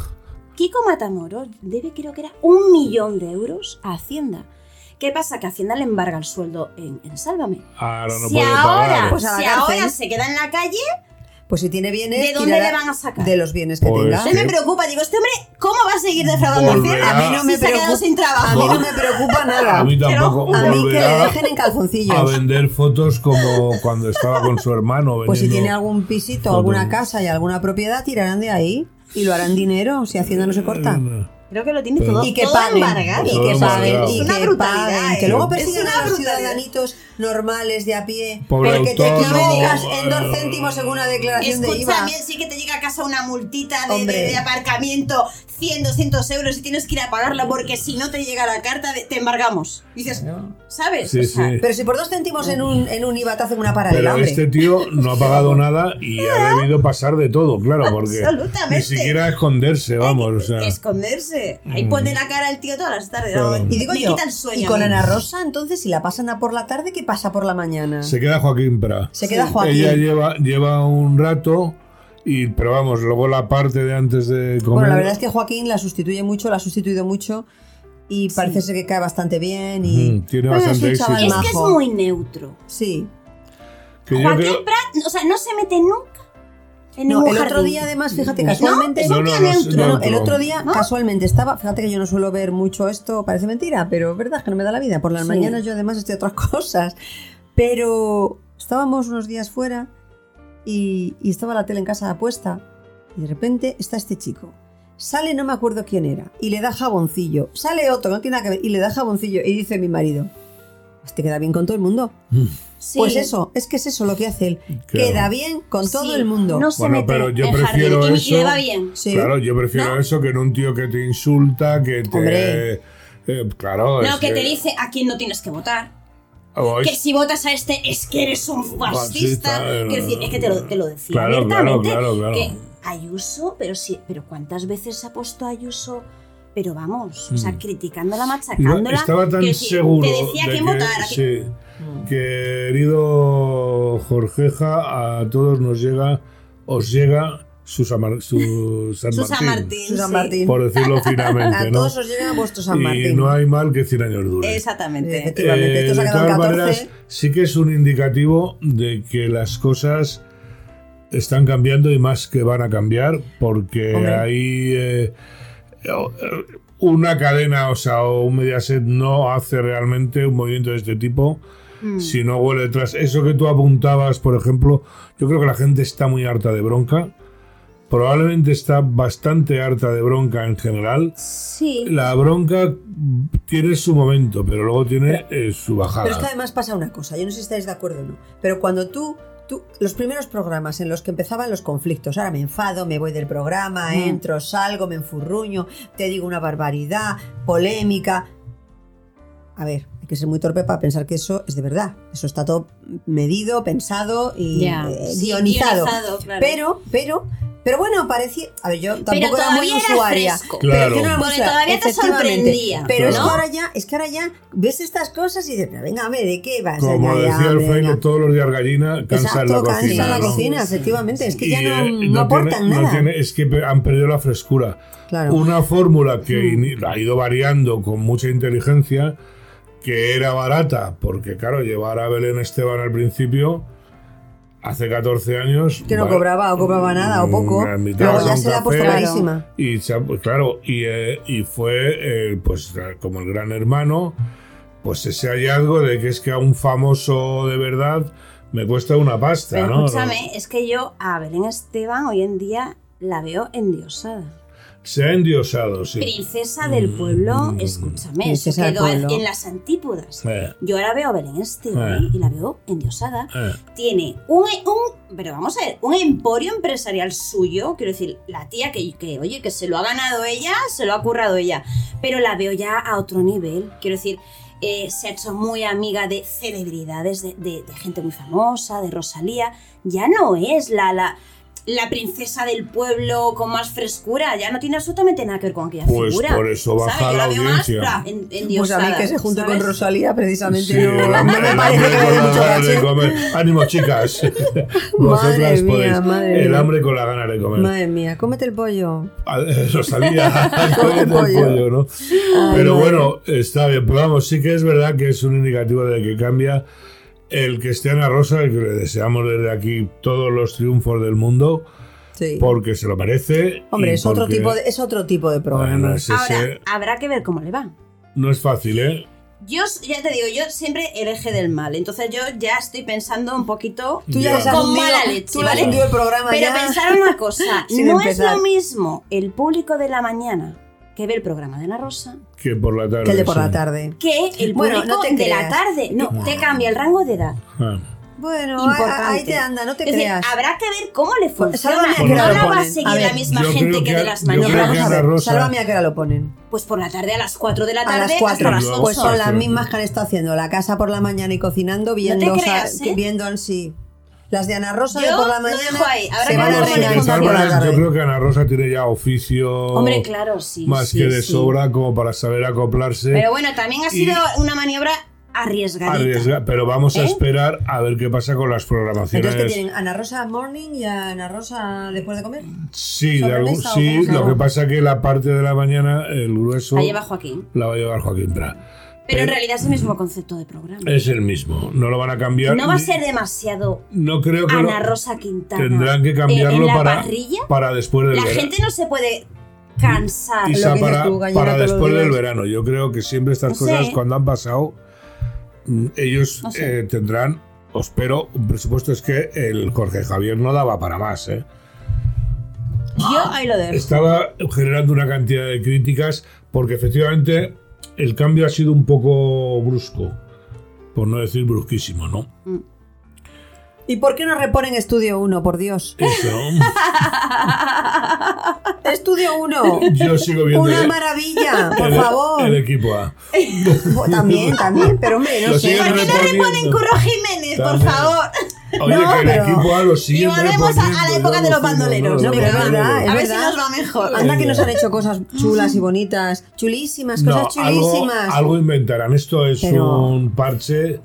Speaker 2: Kiko Matamoros debe, creo que era, un millón de euros a Hacienda. ¿Qué pasa? Que Hacienda le embarga el sueldo en, en Sálvame.
Speaker 1: Ahora no
Speaker 2: si
Speaker 1: puede
Speaker 2: ahora,
Speaker 1: pagar.
Speaker 3: Pues a la
Speaker 2: si
Speaker 3: cárcel.
Speaker 2: ahora se queda en la calle,
Speaker 3: Pues si tiene bienes.
Speaker 2: ¿De dónde
Speaker 3: tirará
Speaker 2: le van a sacar?
Speaker 3: De los bienes que
Speaker 1: Pues
Speaker 3: tenga.
Speaker 1: sí.
Speaker 2: entonces me preocupa. Digo, ¿este hombre cómo va a seguir defraudando a
Speaker 1: Volverá.
Speaker 2: Hacienda?
Speaker 1: A mí no
Speaker 3: me
Speaker 2: si se ha quedado
Speaker 3: preocupa.
Speaker 2: sin
Speaker 3: A mí
Speaker 2: trabajo.
Speaker 3: no me preocupa nada.
Speaker 1: a mí
Speaker 2: te lo
Speaker 1: tampoco
Speaker 2: juro.
Speaker 3: A mí que le
Speaker 1: volverá
Speaker 3: dejen en
Speaker 1: a
Speaker 3: calzoncillos.
Speaker 1: vender fotos como cuando estaba con su hermano.
Speaker 3: Pues si
Speaker 1: vendiendo-
Speaker 3: tiene algún pisito, alguna casa y alguna propiedad, tirarán de ahí y lo harán dinero si Hacienda no se corta.
Speaker 2: Creo que lo tiene todo,
Speaker 3: Y que
Speaker 2: todo
Speaker 3: paguen.
Speaker 2: embargado.
Speaker 3: Y
Speaker 1: Todo
Speaker 3: que paguen.
Speaker 1: embargado.
Speaker 3: Y
Speaker 2: Es una
Speaker 3: que
Speaker 2: brutalidad,
Speaker 3: paguen.
Speaker 2: ¿eh?
Speaker 3: Que luego
Speaker 2: Es
Speaker 3: persiguen
Speaker 2: una
Speaker 3: a los
Speaker 2: brutalidad.
Speaker 3: ciudadanitos normales de a pie.
Speaker 1: Pobre
Speaker 3: porque te
Speaker 1: autónomo,
Speaker 3: equivocas en
Speaker 1: bueno.
Speaker 3: dos céntimos en una declaración de IVA.
Speaker 2: Escúchame, sí que te llega a casa una multita de,
Speaker 3: Hombre.
Speaker 2: de- de aparcamiento, 100, 200 euros y tienes que ir a pagarla porque si no te llega la carta, de- te embargamos. Dices, ¿sabes?
Speaker 1: Sí,
Speaker 2: O sea,
Speaker 1: sí.
Speaker 3: Pero si por dos céntimos en un, en un IVA te hacen una paralela,
Speaker 1: Pero
Speaker 3: hombre.
Speaker 1: este tío no ha pagado nada y ha debido pasar de todo, claro, porque
Speaker 2: Absolutamente.
Speaker 1: ni siquiera esconderse, vamos. O sea, Mm.
Speaker 2: que esconderse. Ahí pone la cara el tío todas las tardes.
Speaker 1: Claro.
Speaker 2: Ay,
Speaker 3: Y digo
Speaker 2: me
Speaker 3: yo,
Speaker 2: quita el sueño
Speaker 3: y
Speaker 2: a
Speaker 3: con
Speaker 2: mí.
Speaker 3: Ana Rosa, entonces, si la pasan a por la tarde, ¿qué pasa por la mañana?
Speaker 1: se queda Joaquín Pra.
Speaker 3: Se queda Joaquín.
Speaker 1: Ella lleva, lleva un rato, y, pero vamos, luego la parte de antes de comer.
Speaker 3: Bueno, la verdad es que Joaquín la sustituye mucho, la ha sustituido mucho y parece ser que cae bastante bien y
Speaker 1: Mm, tiene
Speaker 3: Bueno,
Speaker 1: bastante
Speaker 3: es un chaval
Speaker 1: éxito.
Speaker 2: Es que es
Speaker 3: majo.
Speaker 2: muy neutro.
Speaker 3: Sí.
Speaker 1: que yo
Speaker 2: Joaquín
Speaker 1: creo-
Speaker 2: Prat, o sea, no se mete nunca en
Speaker 3: No,
Speaker 2: ningún
Speaker 3: el otro
Speaker 2: jardín.
Speaker 3: día además, fíjate, casualmente
Speaker 1: No, no, no,
Speaker 3: No, no,
Speaker 1: no,
Speaker 3: el otro día
Speaker 2: ¿No?
Speaker 3: casualmente estaba, fíjate que yo no suelo ver mucho esto, parece mentira, pero verdad es que no me da la vida. Por las
Speaker 2: Sí.
Speaker 3: mañanas yo además estoy a otras cosas. Pero estábamos unos días fuera y, y estaba la tele en casa puesta y de repente está este chico. Sale, no me acuerdo quién era, y le da jaboncillo. Sale otro, no tiene nada que ver, y le da jaboncillo. Y dice mi marido, "Pues te queda bien con todo el mundo.
Speaker 2: Sí.
Speaker 3: Pues eso, es que es eso lo que hace él.
Speaker 1: Claro.
Speaker 3: Queda bien con todo
Speaker 2: Sí,
Speaker 3: el mundo.
Speaker 2: No se
Speaker 1: Bueno,
Speaker 2: mete
Speaker 1: pero yo
Speaker 2: en jardín
Speaker 1: prefiero
Speaker 2: y- y,
Speaker 1: eso. pues
Speaker 2: le va bien.
Speaker 3: Sí.
Speaker 1: Claro, yo prefiero eso que en un tío que te insulta, que te.
Speaker 3: Hombre.
Speaker 1: eh, claro, es
Speaker 2: No, que te dice a quién no tienes que votar.
Speaker 1: o es-
Speaker 2: que si votas a este es que eres un
Speaker 1: Fascista,
Speaker 2: fascista.
Speaker 1: Pues eh,
Speaker 2: Quiero decir, es que te lo, te lo decía
Speaker 1: Claro,
Speaker 2: abiertamente.
Speaker 1: claro, claro, claro.
Speaker 2: Que Ayuso, pero sí, pero ¿cuántas veces se ha puesto Ayuso? Pero vamos, o sea, criticándola,
Speaker 1: Mm. No,
Speaker 2: machacándola.
Speaker 1: estaba tan
Speaker 2: quiero decir,
Speaker 1: seguro.
Speaker 2: Te decía
Speaker 1: de
Speaker 2: quién
Speaker 1: que-
Speaker 2: votar. a quién-
Speaker 1: sí, Querido Jorgeja, a todos nos llega, os llega su, San Mar- su San
Speaker 2: Susan
Speaker 1: Martín,
Speaker 2: Martín.
Speaker 3: Susan
Speaker 2: sí.
Speaker 3: Martín.
Speaker 1: Por decirlo
Speaker 3: A
Speaker 1: finamente, ¿no?
Speaker 3: todos os llega vuestro San
Speaker 1: Y
Speaker 3: Martín.
Speaker 1: no hay mal que 100 años dure.
Speaker 2: Exactamente.
Speaker 3: Eh, Efectivamente, esto se ha
Speaker 1: de
Speaker 3: quedado en
Speaker 1: todas
Speaker 3: 14.
Speaker 1: maneras, sí que es un indicativo de que las cosas están cambiando y más que van a cambiar, porque
Speaker 3: Hombre.
Speaker 1: ahí eh, una cadena, o sea, o un Mediaset no hace realmente un movimiento de este tipo.
Speaker 3: Mm.
Speaker 2: Mm.
Speaker 1: Si no huele detrás. Eso que tú apuntabas, por ejemplo, yo creo que la gente está muy harta de bronca. Probablemente está bastante harta de bronca en general.
Speaker 2: Sí.
Speaker 1: La bronca tiene su momento, pero luego tiene eh, su bajada.
Speaker 3: Pero es que además pasa una cosa, yo no sé si estáis de acuerdo o no, pero cuando tú, tú, los primeros programas en los que empezaban los conflictos, ahora me enfado, me voy del programa,
Speaker 2: Mm.
Speaker 3: entro, salgo, me enfurruño, te digo una barbaridad, polémica. A ver, hay que ser muy torpe para pensar que eso es de verdad. Eso está todo medido, pensado y
Speaker 2: Ya.
Speaker 3: eh,
Speaker 2: Sí,
Speaker 3: guionizado.
Speaker 2: guionizado, claro.
Speaker 3: Pero, pero, pero bueno, parecía. A ver, yo tampoco era muy
Speaker 2: todavía era
Speaker 3: usuaria.
Speaker 2: fresco.
Speaker 1: Claro.
Speaker 3: Pero yo no era muy
Speaker 2: Porque
Speaker 3: usuaria,
Speaker 2: todavía te
Speaker 3: efectivamente.
Speaker 2: sorprendía,
Speaker 3: Pero es que
Speaker 1: ¿no?
Speaker 3: ahora ya, es que ahora ya ves estas cosas y dices, pero venga, hombre, ¿de qué vas?
Speaker 1: Como
Speaker 3: Ya, ya,
Speaker 1: decía el
Speaker 3: venga.
Speaker 1: Feino, todos los días gallina, cansa en la
Speaker 3: Exacto, cansa
Speaker 1: cocina.
Speaker 3: la
Speaker 1: ¿no?
Speaker 3: cocina, efectivamente. Es que ya
Speaker 1: Y,
Speaker 3: no,
Speaker 1: eh,
Speaker 3: no aportan
Speaker 1: tiene- no
Speaker 3: nada.
Speaker 1: tiene- es que pe- han perdido la frescura.
Speaker 3: Claro. Hmm.
Speaker 1: Una fórmula que ini- ha ido variando con mucha inteligencia, que era barata, porque claro, llevar a Belén Esteban al principio, hace 14 años... mm,
Speaker 3: Que no
Speaker 1: vale,
Speaker 3: cobraba o cobraba nada o poco.
Speaker 1: la mitad
Speaker 3: Luego ya
Speaker 1: son
Speaker 3: se la ha puesto
Speaker 1: cafés.
Speaker 3: carísima.
Speaker 1: Y se ha- pues, claro, y, eh, y fue eh, pues como el gran hermano, pues ese hallazgo de que es que a un famoso de verdad me cuesta una pasta,
Speaker 2: Pero
Speaker 1: ¿no?
Speaker 2: escúchame, es que yo a Belén Esteban hoy en día la veo endiosada.
Speaker 1: Se ha endiosado, sí.
Speaker 2: Princesa del pueblo,
Speaker 1: Mm.
Speaker 2: escúchame, se
Speaker 3: Princesa del
Speaker 2: quedó
Speaker 3: pueblo.
Speaker 2: en las antípodas.
Speaker 1: Eh,
Speaker 2: Yo ahora veo a Belén Esteban
Speaker 1: Eh.
Speaker 2: y la veo endiosada.
Speaker 1: eh.
Speaker 2: Tiene un, un- pero vamos a ver, un emporio empresarial suyo, quiero decir, la tía que, que, oye, que se lo ha ganado ella, se lo ha currado ella, pero la veo ya a otro nivel, quiero decir, eh, se ha hecho muy amiga de celebridades, de, de- de gente muy famosa, de Rosalía, ya no es la, la, la princesa del pueblo con más frescura, ya no tiene absolutamente nada que ver con aquella
Speaker 1: Pues
Speaker 2: figura.
Speaker 1: por eso baja
Speaker 2: ¿sabes? Yo
Speaker 1: la
Speaker 2: veo
Speaker 1: audiencia.
Speaker 2: Más, bla, en-
Speaker 3: Pues a mí
Speaker 2: endiosada,
Speaker 3: que se junte con
Speaker 2: ¿sabes?
Speaker 3: Rosalía, precisamente.
Speaker 1: Sí, el
Speaker 3: no,
Speaker 1: hombre, el
Speaker 3: me
Speaker 1: hambre
Speaker 3: parece que le
Speaker 1: con
Speaker 3: da mucho
Speaker 1: las ganas de
Speaker 3: caché.
Speaker 1: comer. Ánimo, chicas. Vosotras
Speaker 3: Madre mía,
Speaker 1: podéis.
Speaker 3: madre
Speaker 1: el
Speaker 3: mía.
Speaker 1: hambre con la gana de comer.
Speaker 3: Madre mía, cómete el pollo.
Speaker 1: Ah, eh, Rosalía, cómete el
Speaker 3: pollo.
Speaker 1: pollo, ¿no?
Speaker 3: Ay,
Speaker 1: Pero
Speaker 3: madre.
Speaker 1: bueno, está bien. Pero vamos, sí que es verdad que es un indicativo de que cambia el que esté Ana Rosa, el que le deseamos desde aquí todos los triunfos del mundo,
Speaker 3: Sí.
Speaker 1: porque se lo merece.
Speaker 3: Hombre,
Speaker 1: y
Speaker 3: es otro,
Speaker 1: porque-
Speaker 3: tipo de, es otro tipo de
Speaker 1: Bueno,
Speaker 3: programa.
Speaker 1: es
Speaker 2: Ahora,
Speaker 1: ese-
Speaker 2: habrá que ver cómo le va.
Speaker 1: no es fácil, ¿eh?
Speaker 2: Yo, s- ya te digo, yo siempre hereje del mal, entonces yo ya estoy pensando un poquito...
Speaker 3: Tú ya
Speaker 1: Ya.
Speaker 3: les has
Speaker 2: Con
Speaker 3: hundido-
Speaker 2: mala leche,
Speaker 3: tú le has
Speaker 2: ¿vale?
Speaker 3: hundido el programa
Speaker 2: Pero
Speaker 3: ya.
Speaker 2: pensar una cosa,
Speaker 3: Sin
Speaker 2: no es
Speaker 3: empezar.
Speaker 2: lo mismo el público de la mañana que ve el programa de la Rosa
Speaker 1: Que por la tarde.
Speaker 3: Que de por la
Speaker 1: sí.
Speaker 3: tarde.
Speaker 2: que el
Speaker 3: Bueno,
Speaker 2: público
Speaker 3: no te
Speaker 2: de la
Speaker 3: creas.
Speaker 2: tarde. No, te cambia el rango de edad.
Speaker 1: Ah.
Speaker 3: Bueno, ahí-
Speaker 2: Importante.
Speaker 3: ahí te anda, no te
Speaker 2: Es decir,
Speaker 3: creas.
Speaker 2: habrá que ver cómo le funciona.
Speaker 3: sálvame
Speaker 1: Pues a que
Speaker 2: Pues No
Speaker 1: la
Speaker 2: la va a
Speaker 3: ponen. A
Speaker 2: seguir la
Speaker 3: ver,
Speaker 2: misma
Speaker 1: yo
Speaker 2: gente
Speaker 1: creo
Speaker 2: que,
Speaker 1: que
Speaker 2: de
Speaker 1: a-
Speaker 2: las
Speaker 1: yo
Speaker 3: No,
Speaker 1: creo
Speaker 3: pero
Speaker 1: que
Speaker 2: mañanas.
Speaker 3: vamos a
Speaker 1: Ana
Speaker 3: ver,
Speaker 1: Rosa-
Speaker 3: sálvame a que ahora lo ponen.
Speaker 2: Pues por la tarde a las 4 de la
Speaker 3: A
Speaker 2: tarde
Speaker 3: las 4.
Speaker 2: hasta las
Speaker 1: Y luego-
Speaker 2: 8.
Speaker 3: Pues son
Speaker 1: ocho.
Speaker 3: las mismas que han estado haciendo la casa por la mañana y cocinando, viendo,
Speaker 2: te
Speaker 3: o sea,
Speaker 2: creas, ¿eh?
Speaker 3: que viendo en sí. Las de Ana Rosa de
Speaker 2: Yo
Speaker 3: por la
Speaker 2: lo
Speaker 3: mañana
Speaker 2: dejo ahí, habrá
Speaker 3: se
Speaker 2: que
Speaker 3: van a
Speaker 2: ver
Speaker 1: Vamos,
Speaker 2: cómo le
Speaker 3: rellenar
Speaker 1: de
Speaker 2: funciona.
Speaker 1: todas
Speaker 3: por la
Speaker 1: maneras, yo
Speaker 3: tarde.
Speaker 1: creo que Ana Rosa tiene ya oficio
Speaker 2: Hombre, claro, sí.
Speaker 1: más
Speaker 2: sí,
Speaker 1: que de
Speaker 2: sí.
Speaker 1: sobra como para saber acoplarse.
Speaker 2: Pero bueno, también ha sido
Speaker 1: Y-
Speaker 2: una maniobra arriesgadita.
Speaker 1: Arriesga- pero vamos a
Speaker 2: ¿Eh?
Speaker 1: esperar a ver qué pasa con las programaciones.
Speaker 3: Entonces, ¿qué tienen? ¿Ana Rosa morning y a Ana Rosa después de comer?
Speaker 1: Sí, de
Speaker 3: ¿Sobremesa
Speaker 1: algún-
Speaker 3: o cómo
Speaker 1: sí,
Speaker 3: se
Speaker 1: lo
Speaker 3: llama?
Speaker 1: que pasa que la parte de la mañana, el grueso,
Speaker 2: La lleva Joaquín.
Speaker 1: la va a llevar Joaquín Prat.
Speaker 2: Pero en
Speaker 1: Pero-
Speaker 2: realidad es el mismo concepto de programa.
Speaker 1: Es el mismo, no lo van a cambiar.
Speaker 2: No va a
Speaker 1: ni-
Speaker 2: ser demasiado
Speaker 1: No creo que lo-
Speaker 2: Ana Rosa Quintana.
Speaker 1: tendrán que
Speaker 2: en- en
Speaker 1: cambiarlo
Speaker 2: la
Speaker 1: para,
Speaker 2: parrilla.
Speaker 1: para después del
Speaker 2: La
Speaker 1: verano.
Speaker 2: gente no se puede cansar.
Speaker 1: Isa,
Speaker 3: Lo que dices
Speaker 1: para,
Speaker 3: tú, gallina,
Speaker 1: para
Speaker 3: todos los
Speaker 1: después del
Speaker 3: días.
Speaker 1: verano. Yo creo que siempre estas
Speaker 2: No sé. ¿eh?
Speaker 1: cosas cuando han pasado, mm, ellos
Speaker 2: No sé.
Speaker 1: eh, tendrán, o espero, un presupuesto es que el Jorge Javier no daba para más. ¿eh?
Speaker 2: Yo ahí lo dejo.
Speaker 1: Estaba generando una cantidad de críticas porque efectivamente el cambio ha sido un poco brusco, por no decir brusquísimo, ¿no?
Speaker 3: ¿Y por qué no reponen Estudio 1, por Dios?
Speaker 1: Eso,
Speaker 3: ¡Estudio 1!
Speaker 1: yo sigo viendo
Speaker 3: ¡Una
Speaker 1: el-
Speaker 3: maravilla! ¡Por
Speaker 1: el-
Speaker 3: favor!
Speaker 1: el equipo A.
Speaker 3: Bo- También, también, pero hombre, no
Speaker 1: Lo
Speaker 3: sé.
Speaker 1: siguen
Speaker 2: ¿Por qué no
Speaker 1: reponiendo.
Speaker 2: reponen Curro Jiménez, por
Speaker 1: También.
Speaker 2: favor?
Speaker 1: Oye,
Speaker 3: No,
Speaker 1: que el
Speaker 3: pero-
Speaker 1: equipo A lo siguen
Speaker 2: Volvemos a- a la
Speaker 1: reponiendo,
Speaker 2: época
Speaker 1: ya
Speaker 2: de los
Speaker 1: no sé,
Speaker 2: bandoleros,
Speaker 3: No, pero es verdad, es
Speaker 2: A ver si
Speaker 3: verdad.
Speaker 2: nos va mejor.
Speaker 3: Anda que nos han hecho cosas chulas y bonitas, chulísimas,
Speaker 1: No,
Speaker 3: cosas
Speaker 1: algo,
Speaker 3: chulísimas.
Speaker 1: algo inventarán. Esto es
Speaker 3: Pero-
Speaker 1: un parche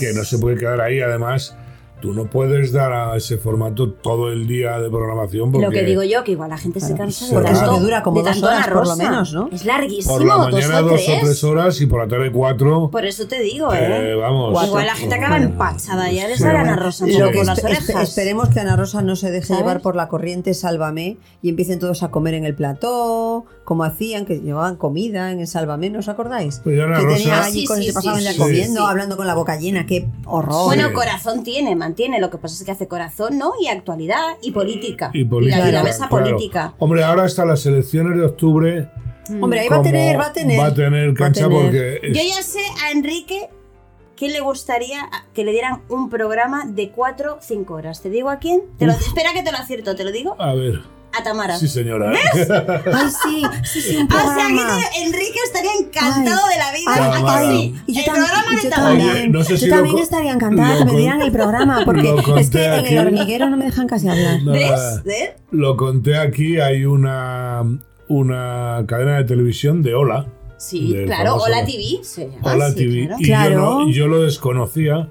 Speaker 1: que no se puede quedar ahí. Además, tú no puedes dar a ese formato todo el día de programación porque
Speaker 2: Lo que digo yo, que igual la gente se cansa de
Speaker 1: Porque
Speaker 2: tanto.
Speaker 1: eso que
Speaker 3: dura como
Speaker 2: de
Speaker 3: dos
Speaker 2: tanto
Speaker 3: horas,
Speaker 2: Ana
Speaker 3: por lo
Speaker 2: Rosa.
Speaker 3: menos, ¿no?
Speaker 2: Es larguísimo,
Speaker 1: por la
Speaker 2: dos
Speaker 1: mañana
Speaker 2: o
Speaker 1: dos
Speaker 2: tres.
Speaker 1: o tres horas y por la tarde cuatro.
Speaker 2: Por eso te digo,
Speaker 1: eh,
Speaker 2: ¿eh?
Speaker 1: vamos.
Speaker 2: Igual la gente acaba empachada ya de
Speaker 1: Sí.
Speaker 2: esa Ana Rosa
Speaker 1: Sí.
Speaker 3: Lo que
Speaker 2: por las
Speaker 3: espe- espe-
Speaker 2: orejas.
Speaker 3: esperemos que Ana Rosa no se deje
Speaker 2: ¿Sabes?
Speaker 3: llevar por la corriente Sálvame y empiecen todos a comer en el plató, como hacían, que llevaban comida en el Sálvame, ¿no os acordáis?
Speaker 1: Pues ya Ana
Speaker 3: que tenían
Speaker 1: Rosa-
Speaker 3: allí
Speaker 2: Sí,
Speaker 3: cosas
Speaker 2: sí,
Speaker 3: que pasaban
Speaker 2: sí,
Speaker 3: ya
Speaker 1: sí,
Speaker 3: comiendo,
Speaker 2: sí.
Speaker 3: hablando con la boca llena, qué horror.
Speaker 2: Bueno,
Speaker 1: Sí.
Speaker 2: corazón tiene, mantiene. Lo que pasa es que hace corazón, ¿no? Y actualidad y política.
Speaker 1: Y política.
Speaker 2: la mesa
Speaker 1: claro.
Speaker 2: política.
Speaker 1: Hombre, ahora hasta las elecciones de octubre.
Speaker 3: Hombre, ahí va a
Speaker 1: como
Speaker 3: tener, va a tener.
Speaker 1: Va a tener cancha
Speaker 3: tener.
Speaker 1: porque. es-
Speaker 2: Yo ya sé a Enrique que le gustaría a- que le dieran un programa de 4 5 horas. ¿Te digo a quién? Te lo, espera que te lo acierto, te lo digo.
Speaker 1: A ver.
Speaker 2: A Tamara.
Speaker 1: Sí, señora.
Speaker 3: Ay, sí, sí, sí, un
Speaker 2: O sea,
Speaker 3: programa.
Speaker 2: Ah, que te- Enrique estaría encantado
Speaker 3: Ay,
Speaker 2: de la vida.
Speaker 3: Ay,
Speaker 1: Tamara.
Speaker 3: ay, y yo,
Speaker 2: El
Speaker 3: también,
Speaker 2: programa
Speaker 3: y
Speaker 2: de
Speaker 3: yo
Speaker 2: Tamara.
Speaker 3: también,
Speaker 1: Oye, no sé
Speaker 3: yo
Speaker 1: si lo
Speaker 3: también
Speaker 1: con-
Speaker 3: estaría encantada
Speaker 1: lo
Speaker 3: que me
Speaker 1: con-
Speaker 3: dieran el programa,
Speaker 1: lo
Speaker 3: porque es
Speaker 1: conté
Speaker 3: que en
Speaker 1: aquí.
Speaker 3: el hormiguero no me dejan casi hablar.
Speaker 1: No,
Speaker 2: ¿Ves? ¿Ves?
Speaker 1: Lo conté aquí, hay una, una cadena de televisión de Hola.
Speaker 2: Sí,
Speaker 1: Del
Speaker 2: claro.
Speaker 1: famoso-
Speaker 2: Hola TV. se llama,
Speaker 1: Hola
Speaker 2: Ah, sí,
Speaker 1: TV.
Speaker 2: claro.
Speaker 1: Y
Speaker 3: Claro.
Speaker 1: Yo, no- yo lo desconocía,